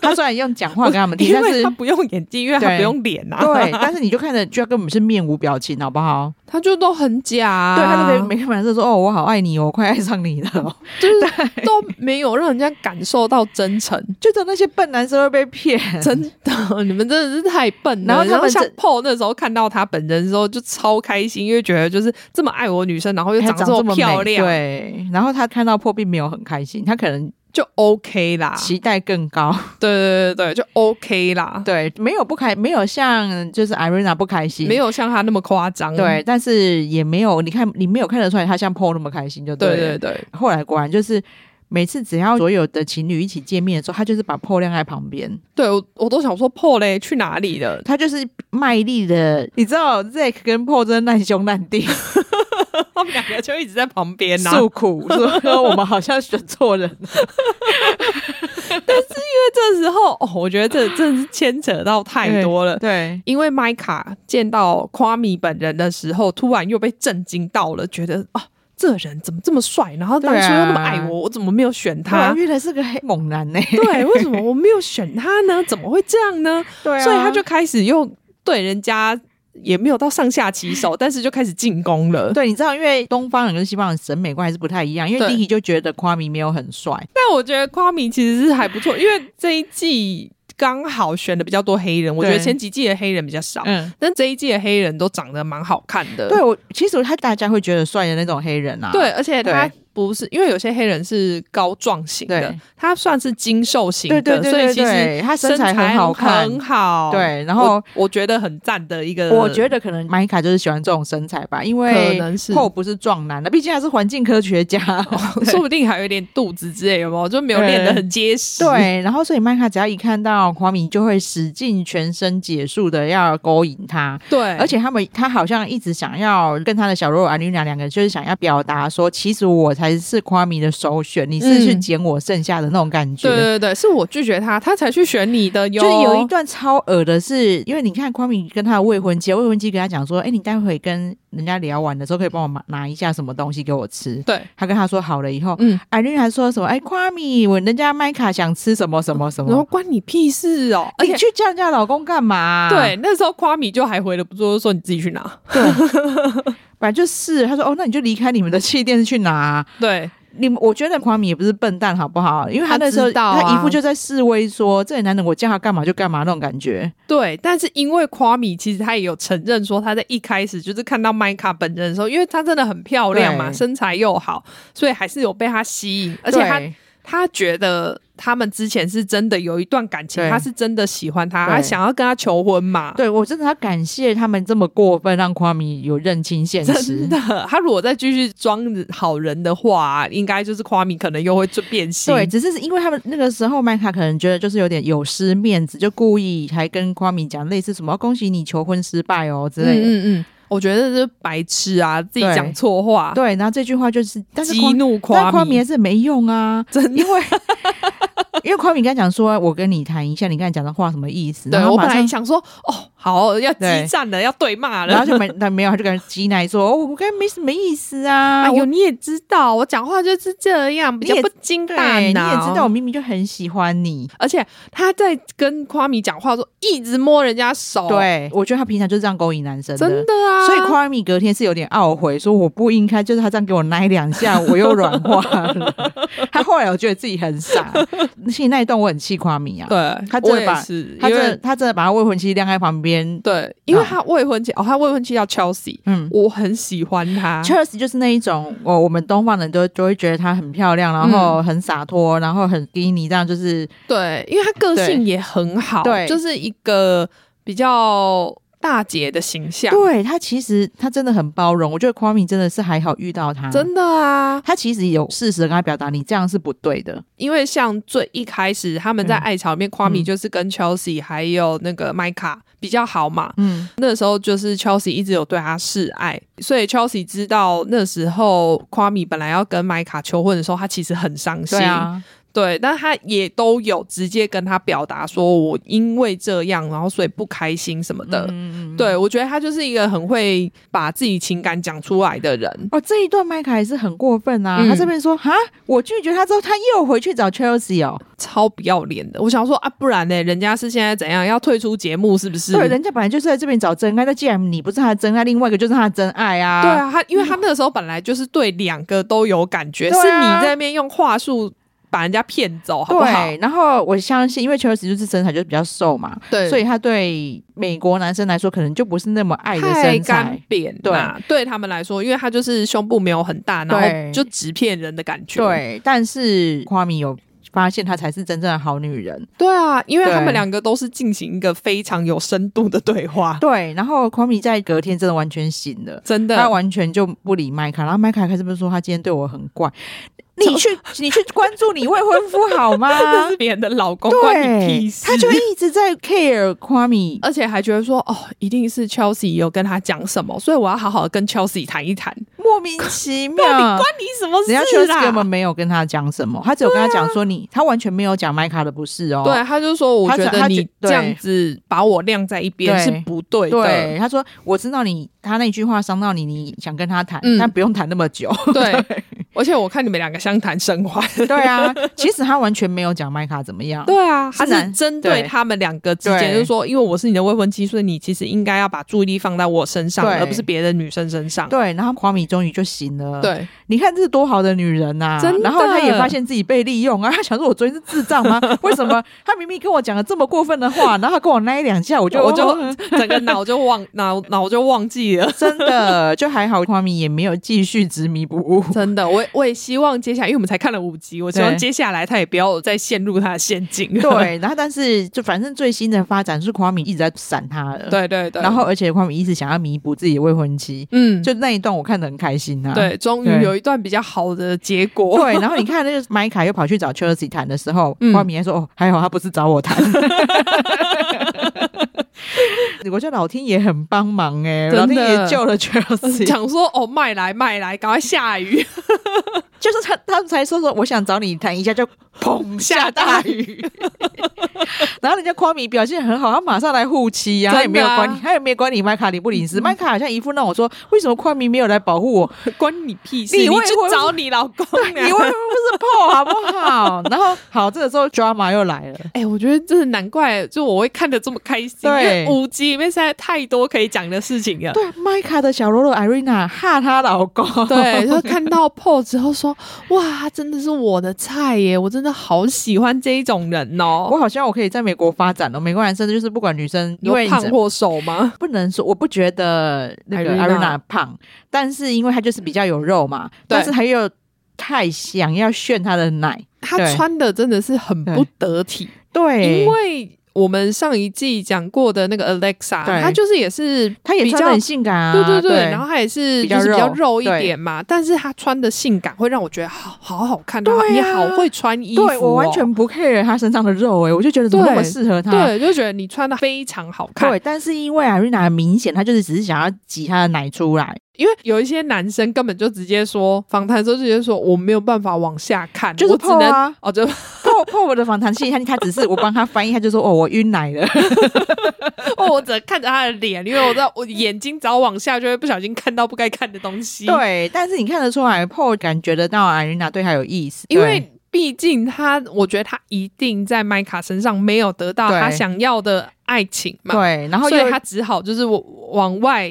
Speaker 3: 他虽然用讲话跟他们听，
Speaker 2: 因
Speaker 3: 但
Speaker 2: 为
Speaker 3: 是
Speaker 2: 他不用眼睛，因为他
Speaker 3: 对
Speaker 2: 不用脸啊。
Speaker 3: 对，但是你就看得就要根本是面无表情，好不好？
Speaker 2: 他就都很假、啊，
Speaker 3: 对，他就每每个男生说：“哦，我好爱你哦，我快爱上你了哦。
Speaker 2: 就是都没有让人家感受到真诚
Speaker 3: 就只有那些笨男生会被骗，
Speaker 2: 真的，你们真的是太笨了。
Speaker 3: 然后他们
Speaker 2: 像
Speaker 3: 这
Speaker 2: Paul 那时候看到他本人的时候，就超开心，因为觉得就是这么爱我的女生，然后又
Speaker 3: 还
Speaker 2: 长
Speaker 3: 这
Speaker 2: 么
Speaker 3: 美
Speaker 2: 漂亮，
Speaker 3: 对，然后他看到破并没有很开心，他可能
Speaker 2: 就 OK 啦。
Speaker 3: 期待更高。
Speaker 2: 对对对对，就 OK 啦，
Speaker 3: 对，没有不开，没有像就是 Irina 不开心，
Speaker 2: 没。有像他那么夸张。
Speaker 3: 对，但是也没有，你看你没有看得出来他像 Paul 那么开心，就
Speaker 2: 对
Speaker 3: 了
Speaker 2: 对对，
Speaker 3: 后来果然就是每次只要所有的情侣一起见面的时候，他就是把 Paul 晾在旁边，
Speaker 2: 对我我都想说 Paul 嘞去哪里了？
Speaker 3: 他就是卖力的。你知道 Zack 跟 Paul 真的难兄难 弟，
Speaker 2: 哎他们两个就一直在旁边啊呐、
Speaker 3: 诉苦说哦我们好像选错人 了。
Speaker 2: 这时候哦，我觉得这真的是牵扯到太多了。
Speaker 3: 对，
Speaker 2: 因为麦卡见到夸米本人的时候，突然又被震惊到了，觉得啊，这人怎么这么帅？然后当初
Speaker 3: 对啊啊
Speaker 2: 又那么爱我，我怎么没有选
Speaker 3: 他
Speaker 2: 他？
Speaker 3: 遇的是个黑猛男呢、
Speaker 2: 对，为什么我没有选他 呢？怎么会这样呢？
Speaker 3: 对啊
Speaker 2: 所以他就开始又对人家也没有到上下其 手，但是就开始进攻了。
Speaker 3: 对，你知道，因为东方人跟西方人审美观还是不太一样，因为
Speaker 2: 对
Speaker 3: d i 就觉得夸米没有很帅，
Speaker 2: 但我觉得夸米其实是还不错，因为这一季刚好选的比较多黑人，我觉得
Speaker 3: 对
Speaker 2: 前几季的黑人比较少，
Speaker 3: 嗯。
Speaker 2: 但这一季的黑人都长得蛮好看的。
Speaker 3: 对我，其实他大家会觉得帅的那种黑人啊，
Speaker 2: 对，而且他
Speaker 3: 对
Speaker 2: 不是因为有些黑人是高壮型的
Speaker 3: 对，
Speaker 2: 他算是精瘦型的，
Speaker 3: 对对对
Speaker 2: 所以
Speaker 3: 对
Speaker 2: 其实
Speaker 3: 对他身
Speaker 2: 材
Speaker 3: 材很好看
Speaker 2: 很好。
Speaker 3: 对然
Speaker 2: 我，
Speaker 3: 后
Speaker 2: 我觉得很赞的一个，
Speaker 3: 我觉得可能麦卡就是喜欢这种身材吧，因
Speaker 2: 呃可
Speaker 3: 为
Speaker 2: 能是哦
Speaker 3: 后不是壮男的，毕竟他是环境科学家。
Speaker 2: 说不定还有一点肚子之类，有没有？就没有练得很结实。
Speaker 3: 对，然后所以麦卡只要一看到华米，就会使尽全身解数的要勾引他，
Speaker 2: 对，
Speaker 3: 而且他们他好像一直想要跟他的小肉安妮娜两个人，就是想要表达说，其实我才是夸米的首选，你是去
Speaker 2: 嗯
Speaker 3: 捡我剩下的那种感觉。
Speaker 2: 对对对，是我拒绝他，他才去选你的哦哟。
Speaker 3: 就是有一段超恶的是，因为你看匡明跟他的未婚妻，未婚妻跟他讲说：“哎、你待会跟人家聊完的时候，可以帮我拿拿一下什么东西给我吃。
Speaker 2: 对”，
Speaker 3: 他跟他说好了以后，
Speaker 2: 嗯，
Speaker 3: 艾瑞还说什么：“哎、匡明，我人家麦卡想吃什么什么什
Speaker 2: 嗯然后
Speaker 3: 么，
Speaker 2: 关你屁事哦，而
Speaker 3: 你
Speaker 2: 且。
Speaker 3: 去叫人家老公干嘛、
Speaker 2: 对，，那时候夸米就还回了不错，说你自己去拿。
Speaker 3: 本来就是。他说：“哦，那你就离开你们的气垫去拿、
Speaker 2: 对，
Speaker 3: 你们我觉得匡明也不是笨蛋，好不好？因为他
Speaker 2: 他
Speaker 3: 那时候
Speaker 2: 知道啊
Speaker 3: 他姨父就在示威说：这也男人，我叫他干嘛就干嘛那种感觉。
Speaker 2: 对，但是因为夸米其实他也有承认说，他在一开始就是看到麦卡本人的时候，因为她真的很漂亮嘛，
Speaker 3: 对
Speaker 2: 身材又好，所以还是有被她吸引。而且她
Speaker 3: 对
Speaker 2: 她觉得他们之前是真的有一段感情，
Speaker 3: 对
Speaker 2: 她是真的喜欢他，
Speaker 3: 对
Speaker 2: 她想要跟他求婚嘛。
Speaker 3: 对我真的要感谢他们这么过分，让夸米有认清现实
Speaker 2: 真。的，他如果再继续装好人的话，应该就是夸米可能又会就变 心。
Speaker 3: 对，只是因为他们那个时候，麦卡可能觉得就是有点有失面子，就故意还跟夸米讲类似什么“恭喜你求婚失败哦”之
Speaker 2: 嗯
Speaker 3: 类的。
Speaker 2: 嗯嗯，我觉得这是白痴啊，自己
Speaker 3: 对
Speaker 2: 讲错话，
Speaker 3: 对，然后这句话就是，但是
Speaker 2: 嗯激怒
Speaker 3: 夸但
Speaker 2: 夸
Speaker 3: 夸米还是没用啊，
Speaker 2: 真的
Speaker 3: 因为 因为夸米刚才讲说，我跟你谈一下，你刚才讲的话什么意思？
Speaker 2: 对
Speaker 3: 然后
Speaker 2: 我
Speaker 3: 马
Speaker 2: 本来
Speaker 3: 上。
Speaker 2: 想说，哦，好要激
Speaker 3: 对
Speaker 2: 战了，要对骂了，
Speaker 3: 然后就没，但没有，他就跟基奶说：“哦，我刚才没什么意思啊，
Speaker 2: 哎
Speaker 3: 我
Speaker 2: 呦，你也知道，我讲话就是这样，比
Speaker 3: 你
Speaker 2: 较
Speaker 3: 也
Speaker 2: 不经
Speaker 3: 对，
Speaker 2: 大
Speaker 3: 你也知
Speaker 2: 脑。
Speaker 3: 道我明明就很喜欢你，
Speaker 2: 而且他在跟夸米讲话的时候，一直摸人家手，，
Speaker 3: 对，哦我觉得他平常就是这样勾引男生的。
Speaker 2: 真的啊。
Speaker 3: 所以夸米隔天是有点懊悔，说我不应该，就是他这样给我奶两下，我又软化了。 他后来我觉得自己很 傻，其实那一段我很气夸米啊，
Speaker 2: 对，
Speaker 3: 他真
Speaker 2: 我
Speaker 3: 的
Speaker 2: 也
Speaker 3: 把
Speaker 2: 是，
Speaker 3: 他
Speaker 2: 因
Speaker 3: 真的啊
Speaker 2: 为
Speaker 3: 他真的把他未婚妻晾在旁边，
Speaker 2: 对，因为他未婚妻哦，他未婚妻叫 Chelsea，
Speaker 3: 嗯。
Speaker 2: 我很喜欢 他，
Speaker 3: 确实就是那一种，哦我、我们东方人都就会觉得她很漂亮，然
Speaker 2: 嗯
Speaker 3: 后很洒脱，然后很低你这样就是
Speaker 2: 对，因为他个
Speaker 3: 对
Speaker 2: 性也很好，
Speaker 3: 对
Speaker 2: 就是一个比较大姐的形象，
Speaker 3: 对她其实她真的很包容。我觉得夸米真的是还好遇到她，
Speaker 2: 真的啊，
Speaker 3: 她其实有适时地跟她表达你这样是不对的，
Speaker 2: 因为像最一开始他们在
Speaker 3: 嗯
Speaker 2: 爱巢里面，夸米
Speaker 3: 嗯
Speaker 2: 就是跟 Chelsea 还有那个麦卡比较好嘛。
Speaker 3: 嗯，
Speaker 2: 那时候就是 Chelsea 一直有对他示爱，所以 Chelsea 知道那时候夸米本来要跟麦卡求婚的时候，他其实很伤心。
Speaker 3: 对啊，
Speaker 2: 对，但他也都有直接跟他表达说，我因为这样，然后所以不开心什么的。
Speaker 3: 嗯，
Speaker 2: 对，我觉得他就是一个很会把自己情感讲出来的人。
Speaker 3: 哦，这一段麦卡也是很过分啊！
Speaker 2: 嗯
Speaker 3: 他这边说哈，我拒绝他之后，他又回去找 Chelsea 哦。
Speaker 2: 超不要脸的。我想说啊，不然呢？人家是现在怎样要退出节目，是不是？
Speaker 3: 对，人家本来就是在这边找真爱，那既然你不是他的真爱，另外一个就是他的真爱啊。
Speaker 2: 对啊，他因为他那个时候本来就是对两个都有感觉，
Speaker 3: 对啊
Speaker 2: 是你在那边用话术把人家骗走，好不好？
Speaker 3: 对，然后我相信，因为求尔斯就是身材就比较瘦嘛，
Speaker 2: 对
Speaker 3: 所以他对美国男生来说，可能就不是那么爱的
Speaker 2: 太
Speaker 3: 身
Speaker 2: 干
Speaker 3: 材。
Speaker 2: 扁啦，对他们来说，因为他就是胸部没有很大，然
Speaker 3: 对
Speaker 2: 后就直骗人的感觉。
Speaker 3: 对，但是花米有发现，她才是真正的好女人。
Speaker 2: 对啊，因为他
Speaker 3: 对
Speaker 2: 们两个都是进行一个非常有深度的对话，
Speaker 3: 对，然后花米在隔天真的完全醒了。
Speaker 2: 真
Speaker 3: 他
Speaker 2: 的。
Speaker 3: 完全就不理麦卡，然后麦卡开始不是说他今天对我很怪，你去你去关注你未婚夫好 吗？
Speaker 2: 这是别人的老公，关你屁
Speaker 3: 对，
Speaker 2: 事？
Speaker 3: 他就一直在 care 花米，
Speaker 2: 而且还觉得说，哦，一定是 Chelsea 有跟他讲什么，所以我要好好地跟 Chelsea 谈一谈。
Speaker 3: 莫名其 妙。
Speaker 2: 你什么
Speaker 3: 啊
Speaker 2: 啊
Speaker 3: 人家 Chelsea 根本没有跟他讲什么，他只有跟他讲说你，他完全没有讲麦卡的不是哦。
Speaker 2: 对，他啊就说，我
Speaker 3: 他
Speaker 2: 觉
Speaker 3: 讲
Speaker 2: 得
Speaker 3: 他
Speaker 2: 你
Speaker 3: 觉对
Speaker 2: 这样子把我晾在一边
Speaker 3: 对
Speaker 2: 是不对
Speaker 3: 对
Speaker 2: 的。
Speaker 3: 他说我知道你，他那句话伤到你，你想跟他谈，
Speaker 2: 嗯
Speaker 3: 但不用谈那么 久。
Speaker 2: 对，而且我看你们两个相谈甚 欢。
Speaker 3: 对啊，其实他完全没有讲麦卡怎么样。
Speaker 2: 对啊，
Speaker 3: 是
Speaker 2: 他是
Speaker 3: 男
Speaker 2: 针对
Speaker 3: 对
Speaker 2: 他们两个之间，
Speaker 3: 对
Speaker 2: 就是说，因为我是你的未婚妻，所以你其实应该要把注意力放在我身上，
Speaker 3: 对
Speaker 2: 而不是别的女生身上。呃
Speaker 3: 对，然后花米终于就醒了。，
Speaker 2: 对，
Speaker 3: 你看这是多好的女人呐、
Speaker 2: 真的
Speaker 3: 然后她也发现自己被利用啊， 她想说我昨天是智障 吗？为什么她明明跟我讲了这么过分的话，然后她跟我那一两下，我就哦
Speaker 2: 我就 整个脑就忘脑脑就忘记 了。
Speaker 3: 真的就还好，花米也没有继续执迷不 悟。
Speaker 2: 真的，我我也希望接下来，因为我们才看了五集，我希望
Speaker 3: 对
Speaker 2: 接下来他也不要再陷入他的陷阱。
Speaker 3: 对，然后但是就反正最新的发展是夸米一直在闪他的，，
Speaker 2: 对对对，
Speaker 3: 然后而且夸米一直想要弥补自己的未婚妻，
Speaker 2: 嗯，
Speaker 3: 就那一段我看得很开心啊。。
Speaker 2: 对，终于
Speaker 3: 对
Speaker 2: 有一段比较好的结果。
Speaker 3: 对，然后你看那个麦卡又跑去找 Chelsea 谈的时候，
Speaker 2: 嗯
Speaker 3: 花米还说：“哦，还好他不是找我谈。” 我觉得老天爷很帮忙哎、
Speaker 2: 真的
Speaker 3: 老天爷救了 Chelsea，
Speaker 2: 讲说哦，卖来卖来，赶快下雨，
Speaker 3: 就是他他们才说说我想找你谈一下，就砰下大雨。 然后人家夸米表现很好，他马上来护妻呀、
Speaker 2: 真
Speaker 3: 他也没
Speaker 2: 的啊嗯
Speaker 3: 有管你，他也没有管你麦卡领不领事。麦卡好像一副那种说，为什么夸米没有来保护 我？
Speaker 2: 关你屁事！
Speaker 3: 你
Speaker 2: 你
Speaker 3: 未
Speaker 2: 去
Speaker 3: 婚
Speaker 2: 找你老公
Speaker 3: 你
Speaker 2: 啊，
Speaker 3: 为什么不是破好不好？ 然后好，这个时候 drama 又来了。
Speaker 2: 哎、我觉得真的难怪，就我会看得这么开心。
Speaker 3: 对
Speaker 2: 因为五集里面实在太多可以讲的事情了。
Speaker 3: 对，麦卡的小喽啰 Irina 吓她老公，
Speaker 2: 对，就看到 PO 之后说，哇，真的是我的菜耶！我真的好喜欢这一种人哦、
Speaker 3: 我好像我可以在美国发展了。美国男生就是不管女生，因
Speaker 2: 因
Speaker 3: 为
Speaker 2: 为
Speaker 3: 你
Speaker 2: 胖或瘦吗？
Speaker 3: 不能说，我不觉得那个
Speaker 2: Irina
Speaker 3: Irina 胖，但是因为她就是比较有肉嘛，但是她又太想要炫她的奶，
Speaker 2: 他
Speaker 3: 对
Speaker 2: 穿的真的是很不得体，
Speaker 3: 对，
Speaker 2: 因为我们上一季讲过的那个 Alexa，
Speaker 3: 对
Speaker 2: 她就是也是
Speaker 3: 她也
Speaker 2: 比
Speaker 3: 穿的
Speaker 2: 较
Speaker 3: 很。性感啊，
Speaker 2: 对对
Speaker 3: 对，
Speaker 2: 对，然后她也是
Speaker 3: 比
Speaker 2: 就
Speaker 3: 较
Speaker 2: 是比较
Speaker 3: 肉
Speaker 2: 肉一
Speaker 3: 对
Speaker 2: 点嘛，但是她穿的性感会让我觉得好好好看
Speaker 3: 对
Speaker 2: 啊！你
Speaker 3: 啊
Speaker 2: 好会穿衣服、哦，
Speaker 3: 对我完全不 care 她身上的肉、欸，哎，我就觉得怎么那么
Speaker 2: 对
Speaker 3: 适合她。
Speaker 2: 对，就觉得你穿的非常好看
Speaker 3: 对，。但是因为 Irina 很明显，她就是只是想要挤她的奶出来，
Speaker 2: 因为有一些男生根本就直接说访谈的时候直接说我没有办法往下看，
Speaker 3: 就是
Speaker 2: 我只
Speaker 3: 泡
Speaker 2: 能、
Speaker 3: 啊
Speaker 2: 哦，就
Speaker 3: 破破我的访谈器，他他只是我帮他翻译，他就说哦，我晕奶了。
Speaker 2: 哦，我只能看着他的脸，因为我知道我眼睛只要往下就会不小心看到不该看的东 西。，
Speaker 3: 对，但是你看得出来，破感觉得到艾琳娜对他有意思，
Speaker 2: 因
Speaker 3: 对
Speaker 2: 为毕竟他，我觉得他一定在麦卡身上没有得到
Speaker 3: 对
Speaker 2: 他想要的爱情嘛，
Speaker 3: 对，然后
Speaker 2: 所
Speaker 3: 又
Speaker 2: 以他只好就是往外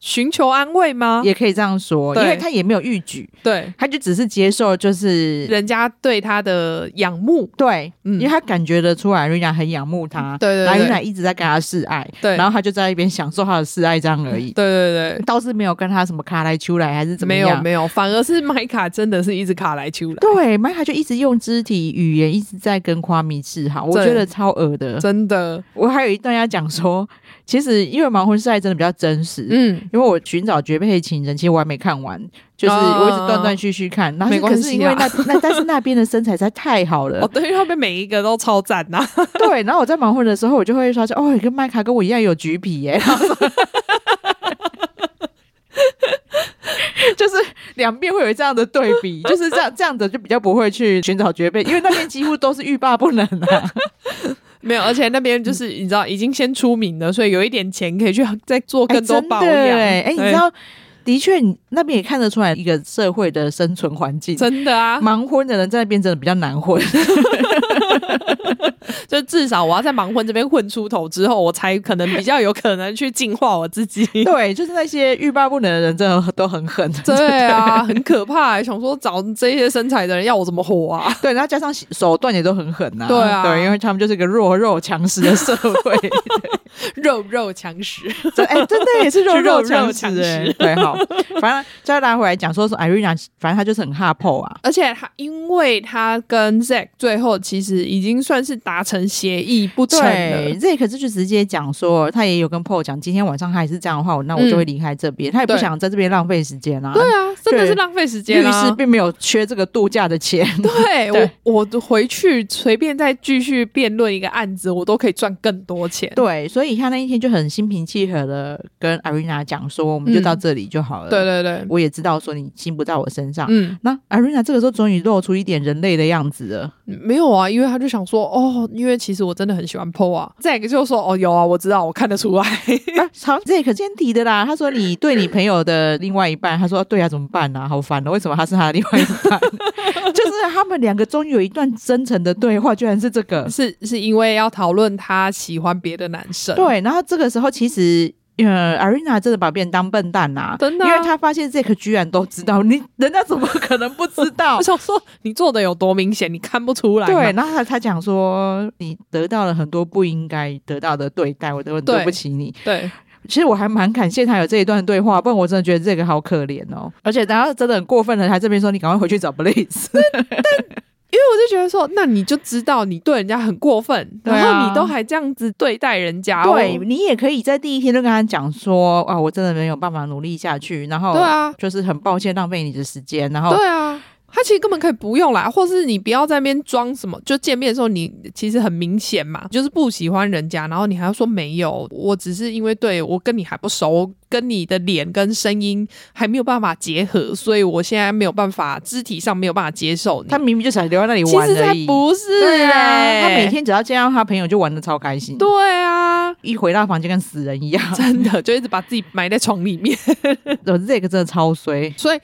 Speaker 2: 寻求安慰吗？
Speaker 3: 也可以这样说，因
Speaker 2: 对
Speaker 3: 为他也没有逾矩，
Speaker 2: 对，
Speaker 3: 他就只是接受，就是
Speaker 2: 人家对他的仰慕，
Speaker 3: 对，
Speaker 2: 嗯
Speaker 3: 因为他感觉得出来，艾琳娜很仰慕他，
Speaker 2: 对对对
Speaker 3: 艾琳娜一直在跟他示爱，
Speaker 2: 对
Speaker 3: 然后他就在一边享受他的示爱这样而已，
Speaker 2: 对对对，
Speaker 3: 倒是没有跟他什么卡来出来还是怎么
Speaker 2: 没
Speaker 3: 样，
Speaker 2: 有没有，反而是麦卡真的是一直卡来丘来，
Speaker 3: 对，啊麦卡就一直用肢体语言一直在跟夸米示好，我
Speaker 2: 对
Speaker 3: 觉得超恶的，
Speaker 2: 真的，
Speaker 3: 我还有一段要讲说， 其实因为盲婚试爱真的比较真实，
Speaker 2: 嗯，
Speaker 3: 因为我寻找绝配的情人，其实我还没看完，就是
Speaker 2: 啊
Speaker 3: 我一直断断续续看，然后
Speaker 2: 没
Speaker 3: 是
Speaker 2: 关
Speaker 3: 可
Speaker 2: 系啊
Speaker 3: 是因为那那 但是那边的身材实在太好
Speaker 2: 哦，
Speaker 3: 了，
Speaker 2: 对，因为他们每一个都超赞啊呐、
Speaker 3: 对，然后我在盲婚的时候，我就会说哦，你跟麦卡跟我一样有橘皮耶。 然后说就是两边会有这样的对比，就是这样这样的就比较不会去寻找绝配，因为那边几乎都是欲罢不能啊。
Speaker 2: 没有，而且那边就是
Speaker 3: 嗯
Speaker 2: 你知道已经先出名了，所以有一点钱可以去再做更多保养。
Speaker 3: 哎、真的耶哎你
Speaker 2: 对
Speaker 3: 知道，的确，你那边也看得出来一个社会的生存环境。
Speaker 2: 真的啊，
Speaker 3: 盲婚的人在那边真的比较难混，
Speaker 2: 就至少我要在盲婚这边混出头之后，我才可能比较有可能去进化我自己。
Speaker 3: 对，就是那些欲罢不能的人，真的都很狠。
Speaker 2: 对啊，很可怕、欸。想说找这些身材的人，要我怎么 活啊？
Speaker 3: 对，然后加上手段也都很狠呐、
Speaker 2: 对啊
Speaker 3: 对，因为他们就是个弱肉强食的社 会。
Speaker 2: 肉肉强食，
Speaker 3: 这哎、真的 也是肉
Speaker 2: 是肉
Speaker 3: 肉
Speaker 2: 肉
Speaker 3: 强
Speaker 2: 强
Speaker 3: 食哎、
Speaker 2: 食
Speaker 3: 对，好，反正再拉回来讲说说 Irina，反正她就是很哈破啊。
Speaker 2: 而且他因为他跟 Zack 最后其实已经算是达成协议不成
Speaker 3: 对
Speaker 2: 了，
Speaker 3: ，Zack 就直接讲说，他也有跟 Paul 讲，今天晚上他还是这样的话，我那我就会离开这边，他也不
Speaker 2: 嗯对
Speaker 3: 想在这边浪费时间啊。
Speaker 2: 对啊，真的
Speaker 3: 对
Speaker 2: 是浪费时间
Speaker 3: 律师
Speaker 2: 啊。
Speaker 3: 并没有缺这个度假的钱。
Speaker 2: 对
Speaker 3: 对
Speaker 2: 我，我回去随便再继续辩论一个案子，我都可以赚更多钱。
Speaker 3: 对，所以他那一天就很心平气和的跟 Irina 讲说，我们就到这里就好了。
Speaker 2: 嗯对对对，
Speaker 3: 我也知道说你心不在我身上。
Speaker 2: 嗯，
Speaker 3: 那 Irina 这个时候终于露出一点人类的样子了。
Speaker 2: 没有啊，因为他就想说，哦，因为其实我真的很喜欢 PO 啊。Zack 就说，哦，有啊，我知道，我看得出来。
Speaker 3: 啊，好，这可先提的啦。他说你对你朋友的另外一半，他说对啊，怎么办啊？好烦哦，为什么他是他的另外一半？ 就是他们两个终于有一段真诚的对话，居然是这个。
Speaker 2: 是是因为要讨论他喜欢别的男生，
Speaker 3: 对，然后这个时候其实。呃，Arena 真的把别人当笨蛋呐、
Speaker 2: 真的啊
Speaker 3: 因为他发现 Zack 居然都知道，你人家怎么可能不知道
Speaker 2: 我？想说你做的有多明显，你看不出来 吗。
Speaker 3: 对，然后他他讲说，你得到了很多不应该得到的对待，我都很对
Speaker 2: 对
Speaker 3: 不起你。
Speaker 2: 对
Speaker 3: 其实我还蛮感谢他有这一段对话，不然我真的觉得这个好可怜哦。而且然后真的很过分了，他这边说你赶快回去找 Blaze，
Speaker 2: 因为我就觉得说，那你就知道你对人家很过分，
Speaker 3: 对啊
Speaker 2: 然后你都还这样子对待人家，
Speaker 3: 对
Speaker 2: 我
Speaker 3: 你也可以在第一天就跟他讲说啊，我真的没有办法努力下去，然后
Speaker 2: 对啊
Speaker 3: 就是很抱歉浪费你的时间，然后
Speaker 2: 对啊。他其实根本可以不用啦，或是你不要在那边装什么，就见面的时候你其实很明显嘛，就是不喜欢人家，然后你还要说没有，我只是因为对我跟你还不熟，跟你的脸跟声音还没有办法结合，所以我现在没有办法肢体上没有办法接受你。
Speaker 3: 他明明就想留在那里
Speaker 2: 其
Speaker 3: 玩
Speaker 2: 实
Speaker 3: 而
Speaker 2: 才
Speaker 3: 已，
Speaker 2: 不是
Speaker 3: 对啊，
Speaker 2: 欸
Speaker 3: 他每天只要见到他朋友就玩的超开心，
Speaker 2: 对啊，
Speaker 3: 一回到房间跟死人一样，
Speaker 2: 真的就一直把自己埋在床里面。
Speaker 3: 我 这个真的超衰。
Speaker 2: 所以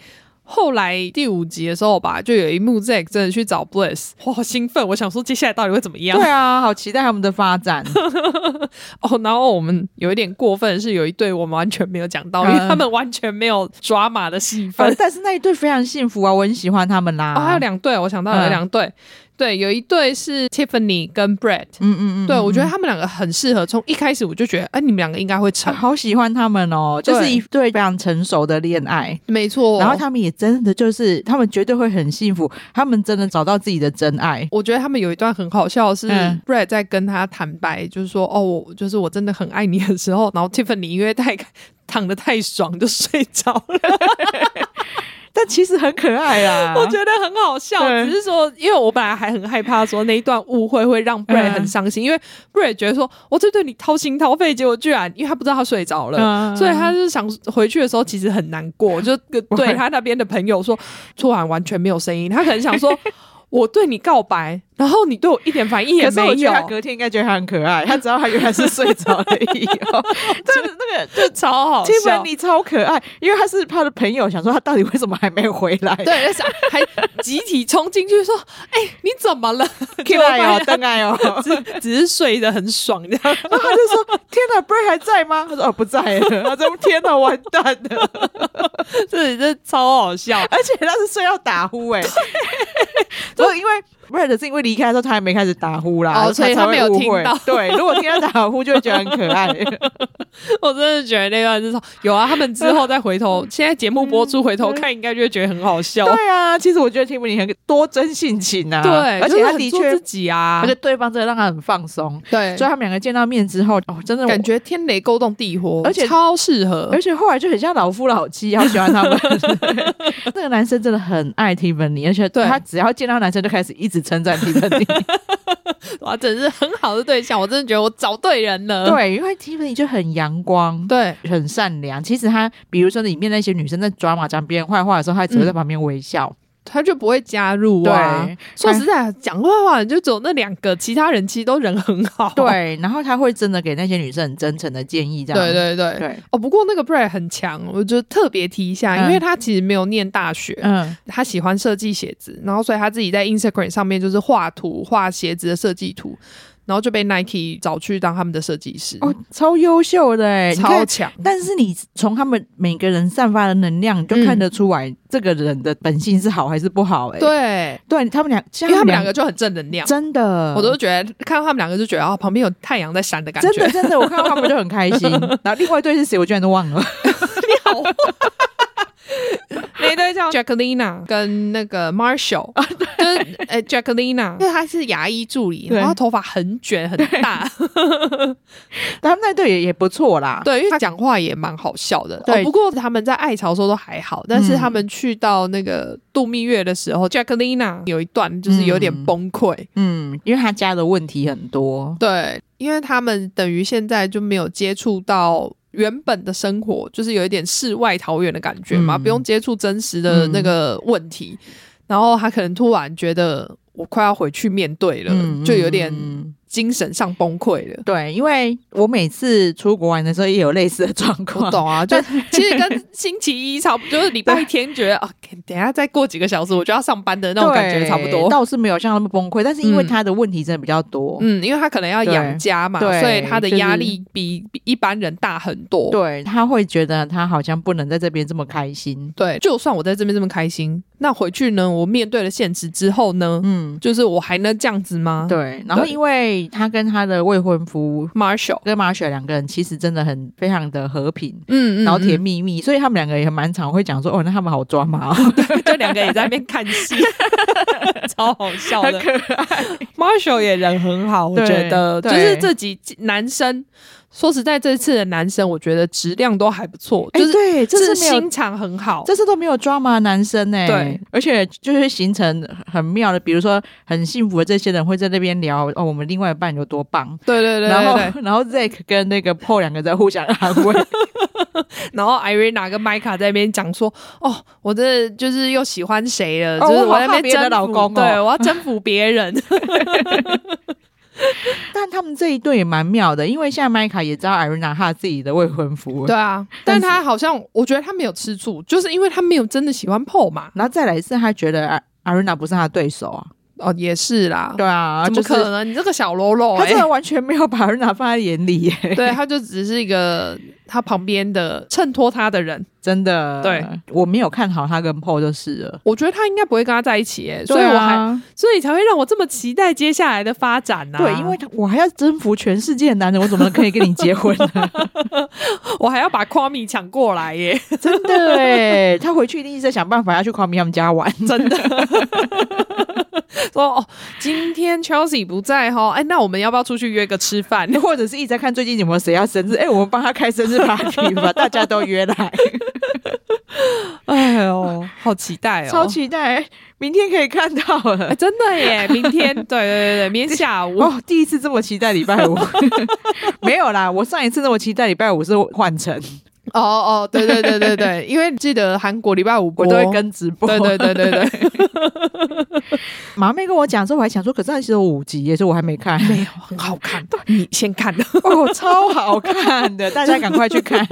Speaker 2: 后来第五集的时候吧，就有一幕 Zack 真的去找 Bliss，哇，好兴奋！我想说接下来到底会怎么样
Speaker 3: 对？啊，好期待他们的发展。
Speaker 2: 哦，然后我们有一点过分的是，有一对我们完全没有讲到，因为
Speaker 3: 嗯
Speaker 2: 他们完全没有抓马的戏份
Speaker 3: 反。但是那一对非常幸福啊，我很喜欢他们啦。
Speaker 2: 哦，还有，两对，我想到有
Speaker 3: 嗯
Speaker 2: 两对，对，有一对是 Tiffany 跟 Brett，
Speaker 3: 嗯嗯嗯，
Speaker 2: 对我觉
Speaker 3: 嗯
Speaker 2: 得他们两个很适合。从一开始我就觉得，哎、你们两个应该会 成，
Speaker 3: 好喜欢他们哦，
Speaker 2: 对
Speaker 3: 就是一对非常成熟的恋爱。
Speaker 2: 没错。
Speaker 3: 然后他们也真的就是，他们绝对会很幸福，他们真的找到自己的真爱。
Speaker 2: 我觉得他们有一段很好笑的是、
Speaker 3: 嗯
Speaker 2: Brad 在跟他坦白，就是说哦，我就是我真的很爱你的时候，然后 Tiffany 因为太 躺得太爽就睡着了，
Speaker 3: 但其实很可爱啊，
Speaker 2: 我觉得很好笑。
Speaker 3: 对
Speaker 2: 只是说，因为我本来还很害怕说那一段误会会让 Brad
Speaker 3: 嗯
Speaker 2: 很伤心，因为 Brad 觉得说我这对你掏心掏肺，结果居然因为他不知道他睡着了。
Speaker 3: 嗯
Speaker 2: 所以他就是想回去的时候，其实很难 过，就跟对他那边的朋友说，突然完全没有声音。他可能想说，我对你告白，然后你对我一点反应也
Speaker 3: 可是
Speaker 2: 没
Speaker 3: 我觉
Speaker 2: 有
Speaker 3: 得。他隔天应该觉得他很可爱，他知道他原来是睡着了以 后，但是那个
Speaker 2: 这超好
Speaker 3: 基
Speaker 2: 笑
Speaker 3: 本。你超可爱，因为他是他的朋友，想说他到底为什么还没回来？
Speaker 2: 对，而且还集体冲进去说：“哎、你怎么 了？”
Speaker 3: 可爱哦，
Speaker 2: 结
Speaker 3: 真爱哦。
Speaker 2: 果发现只只 是睡得很爽这 样。
Speaker 3: 然后他就说：“天哪 b r a 还在吗？”他说：“哦，不在了。”他说：“天哪，完蛋了。”
Speaker 2: 这这超好笑。
Speaker 3: 而且他是睡到打呼哎、欸， 不是因为 Red 是因为离开的时候他还没开始打呼啦，
Speaker 2: 哦所以
Speaker 3: 他才
Speaker 2: 他没有
Speaker 3: 会误
Speaker 2: 听
Speaker 3: 会
Speaker 2: 到
Speaker 3: 对，如果听他打呼就会觉得很可 爱。
Speaker 2: 我真的觉得那段是超有啊。他们之后再回 头，现在节目播出回头看，应该就会觉得很好笑。
Speaker 3: 对啊，其实我觉得 Tiffany 很多真性情啊，
Speaker 2: 对，
Speaker 3: 而且
Speaker 2: 就是
Speaker 3: 他
Speaker 2: 很
Speaker 3: 的
Speaker 2: 做
Speaker 3: 确
Speaker 2: 自，己啊
Speaker 3: 而，且对方真的让他很放松，
Speaker 2: 对
Speaker 3: 所以他们两个见到面之后，哦，真的
Speaker 2: 感。觉天雷勾动地火，
Speaker 3: 而且
Speaker 2: 超适合
Speaker 3: 而。且后来就很像老夫老妻，啊好喜欢他 们。那个男生真的很爱 Tiffany，而且
Speaker 2: 对
Speaker 3: 他只要见到男生就开始一直称赞 Tiffany。
Speaker 2: 哇，真的是很好的对象，我真的觉得我找对人了。
Speaker 3: 对，因为 Tiffany 就很阳光，
Speaker 2: 对，
Speaker 3: 很善良。其实她，比如说里面那些女生在抓马讲别人坏话的时候，她只会在旁边微笑。
Speaker 2: 他就不会加入啊
Speaker 3: 对。
Speaker 2: 说 实在，讲坏话的就只有那两个，其他人其实都人很好。
Speaker 3: 对，然后她会真的给那些女生很真诚的建议，这样。
Speaker 2: 对对对。
Speaker 3: 对，
Speaker 2: 哦，不过那个 Brad 很强，我就特别提一下，
Speaker 3: 嗯
Speaker 2: 因为他其实没有念大学，
Speaker 3: 嗯，
Speaker 2: 他喜欢设计鞋子，然后所以他自己在 Instagram 上面就是画图、画鞋子的设计图。然后就被 Nike 找去当他们的设计师，
Speaker 3: 哦，超优秀的欸，你看
Speaker 2: 超强。
Speaker 3: 但是你从他们每个人散发的能量，你就看得出来这个人的本性是好还是不好、欸。哎，
Speaker 2: 对，
Speaker 3: 对，他们俩，
Speaker 2: 因
Speaker 3: 像
Speaker 2: 为他们两个就很正能量，
Speaker 3: 真的，
Speaker 2: 我都觉得看到他们两个就觉得啊，旁边有太阳在闪的感觉，
Speaker 3: 真的真的，我看到他们就很开 心。然后另外一对是谁，我居然都忘了。
Speaker 2: 那一对叫 Jacquelina 跟那个 Marshall，就是呃 Jacquelina，因为她是牙医助理，
Speaker 3: 对
Speaker 2: 然后她头发很卷很大，
Speaker 3: 但他们那一对也也不错啦。
Speaker 2: 对，因为她讲话也蛮好笑的。
Speaker 3: 对嗯
Speaker 2: 哦不过他们在爱巢的时候都还好，但是他们去到那个度蜜月的时候，Jacquelina 有一段就是有点
Speaker 3: 嗯
Speaker 2: 崩溃，
Speaker 3: 嗯，因为他家的问题很多。
Speaker 2: 对，因为他们等于现在就没有接触到原本的生活，就是有一点世外桃源的感觉嘛，
Speaker 3: 嗯
Speaker 2: 不用接触真实的那个问题。然后他可能突然觉得我快要回去面对了，
Speaker 3: 嗯，
Speaker 2: 就有点
Speaker 3: 嗯嗯嗯
Speaker 2: 精神上崩溃了。
Speaker 3: 对，因为我每次出国玩的时候也有类似的状
Speaker 2: 我
Speaker 3: 况。
Speaker 2: 懂啊，就其实跟星期一差不多，就是礼拜天 觉得啊，等一下再过几个小时我就要上班的那种感觉
Speaker 3: 对
Speaker 2: 差不多。
Speaker 3: 倒是没有像他们崩溃，但是因为
Speaker 2: 嗯
Speaker 3: 他的问题真的比较多，
Speaker 2: 嗯，因为他可能要养
Speaker 3: 对
Speaker 2: 家嘛，
Speaker 3: 对
Speaker 2: 所以他的
Speaker 3: 就是
Speaker 2: 压力比比一般人大很多。
Speaker 3: 对他会觉得他好像不能在这边这么开心。
Speaker 2: 对，就算我在这边这么开心，那回去呢？我面对了现实之后呢？
Speaker 3: 嗯，
Speaker 2: 就是我还能这样子吗？
Speaker 3: 对。然后
Speaker 2: 嗯对
Speaker 3: 因为他跟他的未婚夫
Speaker 2: ，Marshall，
Speaker 3: 跟马雪两个人其实真的很非常的和平。
Speaker 2: 嗯
Speaker 3: 然后甜，蜜蜜，所以他们两个也蛮常会讲说，哦，那他们好抓马、哦，
Speaker 2: 嗯就两个也在那边看戏， 超好笑的。Marshall 也人很好，我
Speaker 3: 对
Speaker 2: 觉得就
Speaker 3: 对
Speaker 2: 是这几男生，说实在，这次的男生我觉得质量都还不错，
Speaker 3: 哎
Speaker 2: 就是
Speaker 3: 对这
Speaker 2: 是
Speaker 3: 次没有
Speaker 2: 心肠很好。
Speaker 3: 这次都没有抓马男生呢、
Speaker 2: 对，
Speaker 3: 而且就是形成很妙的，比如说很幸福的这些人会在那边聊，哦，我们另外一半有多棒。
Speaker 2: 对对对
Speaker 3: 然
Speaker 2: 对
Speaker 3: 后
Speaker 2: 对，，
Speaker 3: 然后 Zack 跟那个 Paul 两个在互相安 慰，
Speaker 2: 然后 Irina 跟 Mika 在那边讲说：“哦，我这就是又喜欢谁了，
Speaker 3: 哦
Speaker 2: 就是
Speaker 3: 我好
Speaker 2: 在
Speaker 3: 怕
Speaker 2: 那
Speaker 3: 别
Speaker 2: 边
Speaker 3: 的
Speaker 2: 征服
Speaker 3: 老公哦
Speaker 2: 对，我要征服别人。”
Speaker 3: 但他们这一对也蛮妙的，因为现在麦卡也知道 Irina 她自己的未婚夫，
Speaker 2: 对，啊，但他好像我觉得他没有吃醋，就是因为他没有真的喜欢 PO 嘛。
Speaker 3: 然后再来是他觉得 I- Irina 不是他的对手啊，
Speaker 2: 哦，也是啦，
Speaker 3: 对啊，
Speaker 2: 怎
Speaker 3: 就
Speaker 2: 么可
Speaker 3: 是
Speaker 2: 能？你这个小喽啰、
Speaker 3: 他真的
Speaker 2: 欸，
Speaker 3: 完全没有把 Irina 放在眼里耶、
Speaker 2: 对，他就只是一个他旁边的衬托他的人。
Speaker 3: 真的，
Speaker 2: 对，
Speaker 3: 我没有看好他跟 Paul 就是了，
Speaker 2: 我觉得他应该不会跟他在一起、欸，所以
Speaker 3: 对
Speaker 2: 我还、
Speaker 3: 啊，
Speaker 2: 所以才会让我这么期待接下来的发展呐、啊。
Speaker 3: 对，因为他我还要征服全世界的男人，我怎么可以跟你结婚 呢？
Speaker 2: 我还要把 k 米抢过来耶、
Speaker 3: 真的哎，他回去一定是在想办法要去 Kwame 他们家玩，
Speaker 2: 真的。说哦，今天 Chelsea 不在哈、哦，哎，那我们要不要出去约个吃饭？
Speaker 3: 或者是一直在看最近有没有谁要生日，哎、我们帮他开生日 party 吧，大家都约来，
Speaker 2: 哎呦，好期待哦，
Speaker 3: 超期待，明天可以看到了
Speaker 2: 哎，。真的耶！明天，对对对对，明天下午。
Speaker 3: 哦，第一次这么期待礼拜五， 没有啦，我上一次那么期待礼拜五是换成，
Speaker 2: 哦哦，对对对对对，因为记得韩国礼拜五播，
Speaker 3: 我都会。跟直播。
Speaker 2: 哦对对对对对，
Speaker 3: 马妹跟我讲之后，我还想说，可是它其实有五集耶，所以我还没看。
Speaker 2: 没有很好看， 你先看，
Speaker 3: 哦，超好看的，大家赶快去看，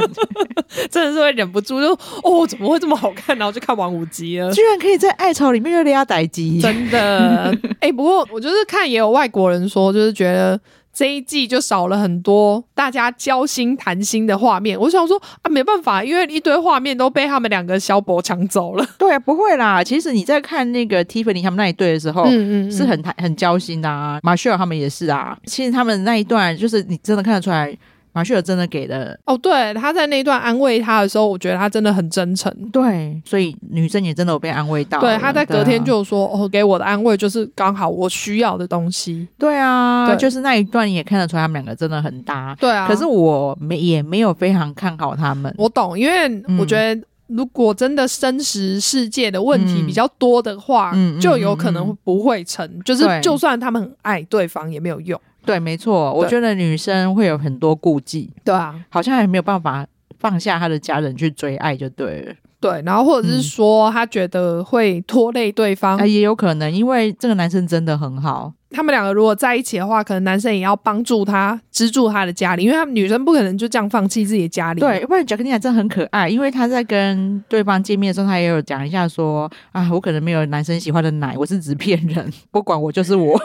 Speaker 2: 真的是会忍不住就哦，怎么会这么好看？然后就看完五集 了。
Speaker 3: 居然可以在爱巢里面又俩逮鸡。
Speaker 2: 真 的，哎、不过我就是看也有外国人说，就是觉得这一季就少了很多大家交心谈心的画面。我想说啊，没办法，因为一堆画面都被他们两个小博抢走了。
Speaker 3: 对啊，不会啦。其实你在看那个 Tiffany 他们那一对的时候，
Speaker 2: 嗯
Speaker 3: 是很很交心的啊。马歇尔他们也是啊。其实他们那一段，就是你真的看得出来，马歇尔真的给的
Speaker 2: 哦，对，他在那一段安慰他的时候，我觉得他真的很真诚。
Speaker 3: 对，所以女生也真的有被安慰到了。
Speaker 2: 哦对，他在隔
Speaker 3: 啊
Speaker 2: 天就说：“哦，给我的安慰就是刚好我需要的东西。
Speaker 3: 对啊，
Speaker 2: 对
Speaker 3: 就是那一段也看得出来他们两个真的很搭”。
Speaker 2: 对啊，
Speaker 3: 可是我没也没有非常看好他们。
Speaker 2: 我懂，因为
Speaker 3: 嗯
Speaker 2: 我觉得如果真的真实世界的问题
Speaker 3: 嗯
Speaker 2: 比较多的话，
Speaker 3: 嗯嗯嗯
Speaker 2: 就有可能不会成。就是
Speaker 3: 对
Speaker 2: 就算他们很爱对方也没有用。
Speaker 3: 对，没错，我
Speaker 2: 对
Speaker 3: 觉得女生会有很多顾忌，
Speaker 2: 对啊，
Speaker 3: 好像也没有办法放下她的家人去追爱就对了。
Speaker 2: 对，然后或者
Speaker 3: 嗯
Speaker 2: 是
Speaker 3: 哎
Speaker 2: 说他觉得会拖累对方
Speaker 3: 啊啊、，也有可能，因为这个男生真的很好，
Speaker 2: 他们两个如果在一起的话，可能男生也要帮助他资助他的家里，因为他们女生不可能就这样放弃自己的家里。
Speaker 3: 对，，要不然 Jacqueline 真的很可爱，因为她在跟对方见面的时候，她也有讲一下说啊，我可能没有男生喜欢的奶，我是纸片人， 不管我就是 我。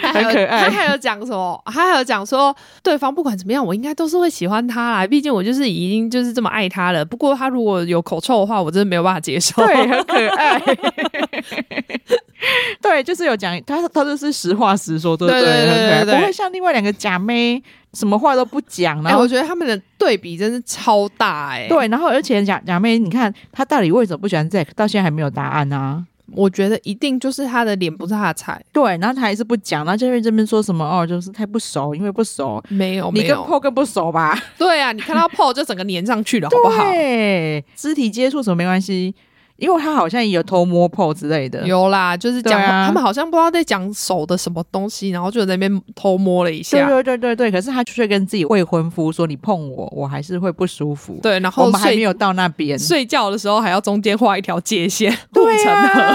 Speaker 2: 他还有
Speaker 3: 很可爱
Speaker 2: 他还有讲什么？他还有讲说，对方不管怎么样，我应该都是会喜欢他啦。毕竟我就是已经就是这么爱他了。不过他如果有口臭的话，我真的没有办法接受。
Speaker 3: 对， 很可爱。对，就是有讲，他他就是实话实说，对不
Speaker 2: 对对
Speaker 3: 很
Speaker 2: 对
Speaker 3: 可
Speaker 2: 对
Speaker 3: 爱，
Speaker 2: 对
Speaker 3: 不会像另外两个假妹什么话都不讲，
Speaker 2: 哎、
Speaker 3: 然后、
Speaker 2: 我觉得他们的对比真是超大哎、，
Speaker 3: 对，然后而且假假妹，你看她到底为什么不喜欢 Zack，到现在还没有答案啊。
Speaker 2: 我觉得一定就是他的脸不是他的菜，
Speaker 3: 对，然后她还是不讲，然后这边这边说什么哦，就是太不熟，因为不熟。
Speaker 2: 没有
Speaker 3: 你
Speaker 2: 哦没
Speaker 3: 跟
Speaker 2: 有。
Speaker 3: Paul 更不熟吧？
Speaker 2: 对啊，你 看到 PO 就整个粘上去了，好不好？
Speaker 3: 对，肢体接触什么没关系，因为他好像也有偷摸 Paul 之类的。
Speaker 2: 有啦，就是讲、
Speaker 3: 对啊
Speaker 2: 他们好像不知道在讲手的什么东西，然后就在那边偷摸了一
Speaker 3: 对
Speaker 2: 下。
Speaker 3: 对对对对，可是他却跟自己未婚夫说：“你碰我，我还是会不舒服。”
Speaker 2: 对然
Speaker 3: 我
Speaker 2: 后
Speaker 3: 们还没
Speaker 2: 睡
Speaker 3: 有到那边，
Speaker 2: 睡觉的时候还要中间画一条界限，护
Speaker 3: 对
Speaker 2: 城河。
Speaker 3: 啊，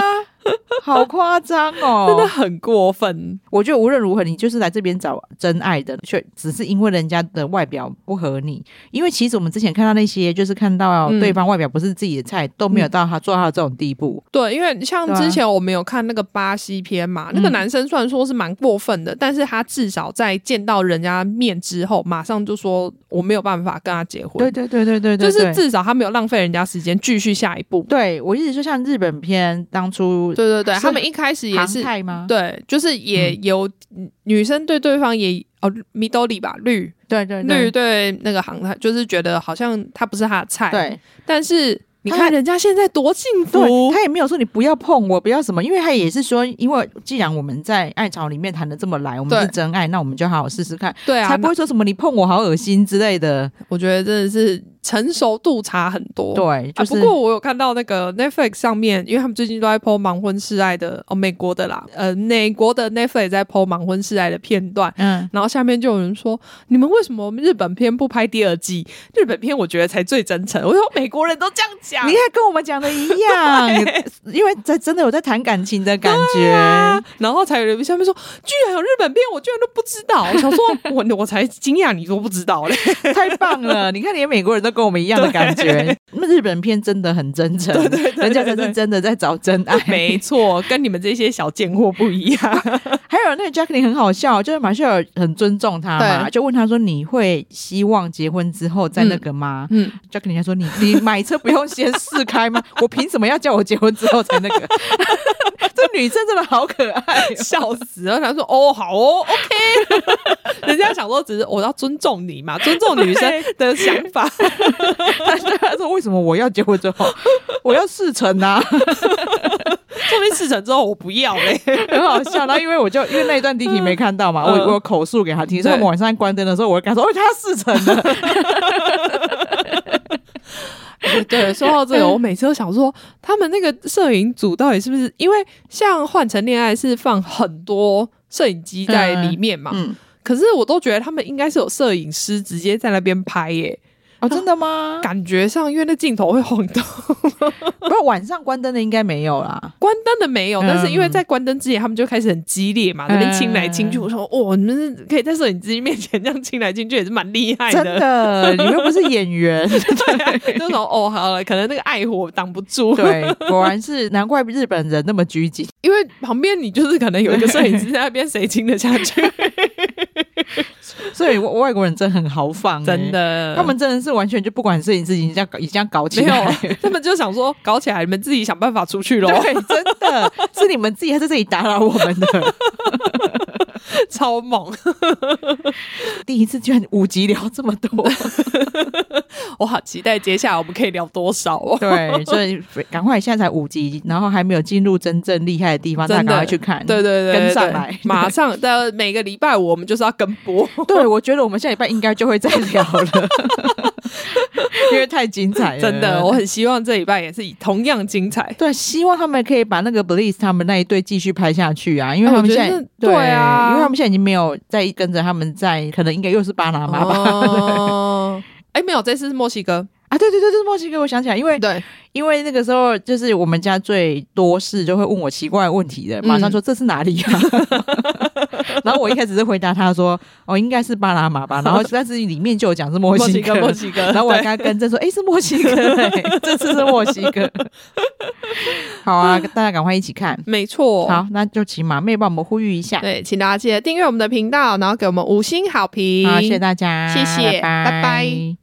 Speaker 3: 好夸张
Speaker 2: 真的
Speaker 3: 哦！
Speaker 2: 很过分。
Speaker 3: 我觉得无论如何，你就是来这边找真爱的，却只是因为人家的外表不合你。因为其实我们之前看到那些，就是看到
Speaker 2: 嗯
Speaker 3: 对方外表不是自己的菜，都没有到他做到这种地步。
Speaker 2: 对，因为像
Speaker 3: 对啊
Speaker 2: 之前我们有看那个巴西片嘛，那个
Speaker 3: 嗯
Speaker 2: 男生虽然说是蛮过分的，但是他至少在见到人家面之后，马上就说我没有办法跟他结婚。
Speaker 3: 对对对对对对，
Speaker 2: 就是
Speaker 3: 对
Speaker 2: 至少他没有浪费人家时间，继续下一步。
Speaker 3: 对我一直就像日本片当初呃
Speaker 2: 对对对，
Speaker 3: 是
Speaker 2: 他们一开始也
Speaker 3: 航
Speaker 2: 是
Speaker 3: 太吗？
Speaker 2: 对，就是也
Speaker 3: 嗯
Speaker 2: 有、女生对对方也哦，米兜里吧，绿
Speaker 3: 对对
Speaker 2: 绿
Speaker 3: 对
Speaker 2: 对那个航太，就是觉得好像他不是他的菜。，
Speaker 3: 对
Speaker 2: 但是你
Speaker 3: 他
Speaker 2: 看人家现在多幸
Speaker 3: 对，
Speaker 2: 福，
Speaker 3: 他也没有说你不要碰我，不要什么，因为他也是说，因为既然我们在爱巢里面谈的这么来，我们
Speaker 2: 对
Speaker 3: 是真爱，那我们就好好试试看，
Speaker 2: 对啊，
Speaker 3: 才不会说什么你碰我好恶心之类的。
Speaker 2: 我觉得真的是成熟度差很多。
Speaker 3: 对，
Speaker 2: 啊
Speaker 3: 就是、
Speaker 2: 不过我有看到那个 Netflix 上面，因为他们最近都在剖盲婚示爱的哦，美国的啦，呃，美国的 Netflix 在剖盲婚示爱的片段。
Speaker 3: 嗯，
Speaker 2: 然后下面就有人说：“你们为什么日本片不拍第二季？日本片我觉得才最真诚。”我说：“美国人都这样讲，啊
Speaker 3: 你看跟我们讲的一样， 因为在真的有在谈感情的感觉。
Speaker 2: 啊。”然后才有人下面说：“居然有日本片，我居然都不知道。”我 想说：“我我才惊讶，你都不知道嘞。
Speaker 3: 太棒 了！你看，连美国人都跟我们一样的感觉。那日本片真的很真诚，人家才
Speaker 2: 对
Speaker 3: 是真的在找真爱”。
Speaker 2: 哎没错，跟你们这些小贱货不一样。
Speaker 3: 还有那个 Jacqueline 很好笑，就是马歇尔很尊重他嘛，
Speaker 2: 对
Speaker 3: 就问他说：“你会希望结婚之后再那个吗、
Speaker 2: 嗯，
Speaker 3: j a c q u e l i n e 他说：“你你买车不用先试开 吗？我凭什么要叫我结婚之后才那个？”这女生真的好可爱、哦。
Speaker 2: 笑死了！他说：“哦，好哦，OK。” 人家想说，只是我要尊重你嘛，尊重女生的想法。
Speaker 3: 他他说：“为什么我要结婚之后，我要试乘啊？
Speaker 2: 说明事成之后我不要嘞。
Speaker 3: 很好笑。”然后因为我就因为那一段地铁没看到嘛，我
Speaker 2: 嗯
Speaker 3: 我有口述给他听，所以我
Speaker 2: 对
Speaker 3: 们晚上关灯的时候，我就跟他说：“哦，他试乘了。”
Speaker 2: 对，说到这个，我每次都想说，他们那个摄影组到底是不是？因为像《换成恋爱》是放很多摄影机在里面嘛，
Speaker 3: 嗯，
Speaker 2: 可是我都觉得他们应该是有摄影师直接在那边拍耶、
Speaker 3: 哦，真的 吗？
Speaker 2: 感觉上因为那镜头会晃动。
Speaker 3: 不是晚上关灯的应该没有啦。
Speaker 2: 关灯的没有，
Speaker 3: 嗯
Speaker 2: 但是因为在关灯之前，他们就开始很激烈嘛，在那边亲来亲去。
Speaker 3: 嗯
Speaker 2: 我说，哦，你们是可以在摄影机面前这样亲来亲去，也是蛮厉害
Speaker 3: 哎真
Speaker 2: 的。
Speaker 3: 的，你们又不是演员。
Speaker 2: 那种哦，好了，可能那个爱火挡不住，，
Speaker 3: 对，果然是难怪日本人那么拘谨。
Speaker 2: 因为旁边你就是可能有一个摄影师在那边，谁亲得下去？
Speaker 3: 所以外外国人真的很豪放、欸，
Speaker 2: 真。的，
Speaker 3: 他们真的是完全就不管摄影师，已经这样搞已经这样搞起
Speaker 2: 没
Speaker 3: 来。
Speaker 2: 有，嗯啊他们就想说搞起来，你们自己想办法出 去喽，
Speaker 3: 对，真的是你们自己还在这里打扰我们的。
Speaker 2: 超猛！
Speaker 3: 第一次居然五集聊这么多，
Speaker 2: 我好期待接下来我们可以聊多少 哦。
Speaker 3: 对，所以赶快现在才五集，然后还没有进入真正厉害的地方，大家
Speaker 2: 真的
Speaker 3: 赶快去看。
Speaker 2: 对对对，
Speaker 3: 跟上
Speaker 2: 对
Speaker 3: 来
Speaker 2: 马上到每个礼拜五我们就是要跟播。
Speaker 3: 对，我觉得我们下礼拜应该就会再聊了， 因为太精彩了，
Speaker 2: 真的，我很希望这礼拜也是以同样精彩。
Speaker 3: 对，希望他们可以把那个 Bliss 他们那一对继续拍下去啊，因为
Speaker 2: 哎
Speaker 3: 他
Speaker 2: 我
Speaker 3: 们
Speaker 2: 觉
Speaker 3: 现
Speaker 2: 得
Speaker 3: 在、
Speaker 2: 是对啊
Speaker 3: 因为他们现在已经没有再
Speaker 2: 哦
Speaker 3: 跟着他们在，可能应该又是巴拿马吧。
Speaker 2: 哦，哎，没有，这次是墨西哥，
Speaker 3: 啊，对对对，就是墨西哥，我想起来，因为
Speaker 2: 对，
Speaker 3: 因为那个时候就是我们家最多事就会问我奇怪的问题
Speaker 2: 嗯
Speaker 3: 的，马上说这是哪里 啊？然后我一开始是回答他说哦，应该是巴拿马 吧，然后但是里面就有讲是墨
Speaker 2: 墨
Speaker 3: 西
Speaker 2: 西
Speaker 3: 哥
Speaker 2: 哥，，墨西哥，
Speaker 3: 然后我还
Speaker 2: 对
Speaker 3: 跟他更正说，哎、是墨西哥、欸，这次是墨西 哥。好啊，大家赶快一起看。
Speaker 2: 没错，
Speaker 3: 好，那就请马妹帮我们呼吁一下。
Speaker 2: 对，请大家记得订阅我们的频道，然后给我们五星好评。
Speaker 3: 好，谢谢大家，
Speaker 2: 谢谢
Speaker 3: 拜
Speaker 2: 拜拜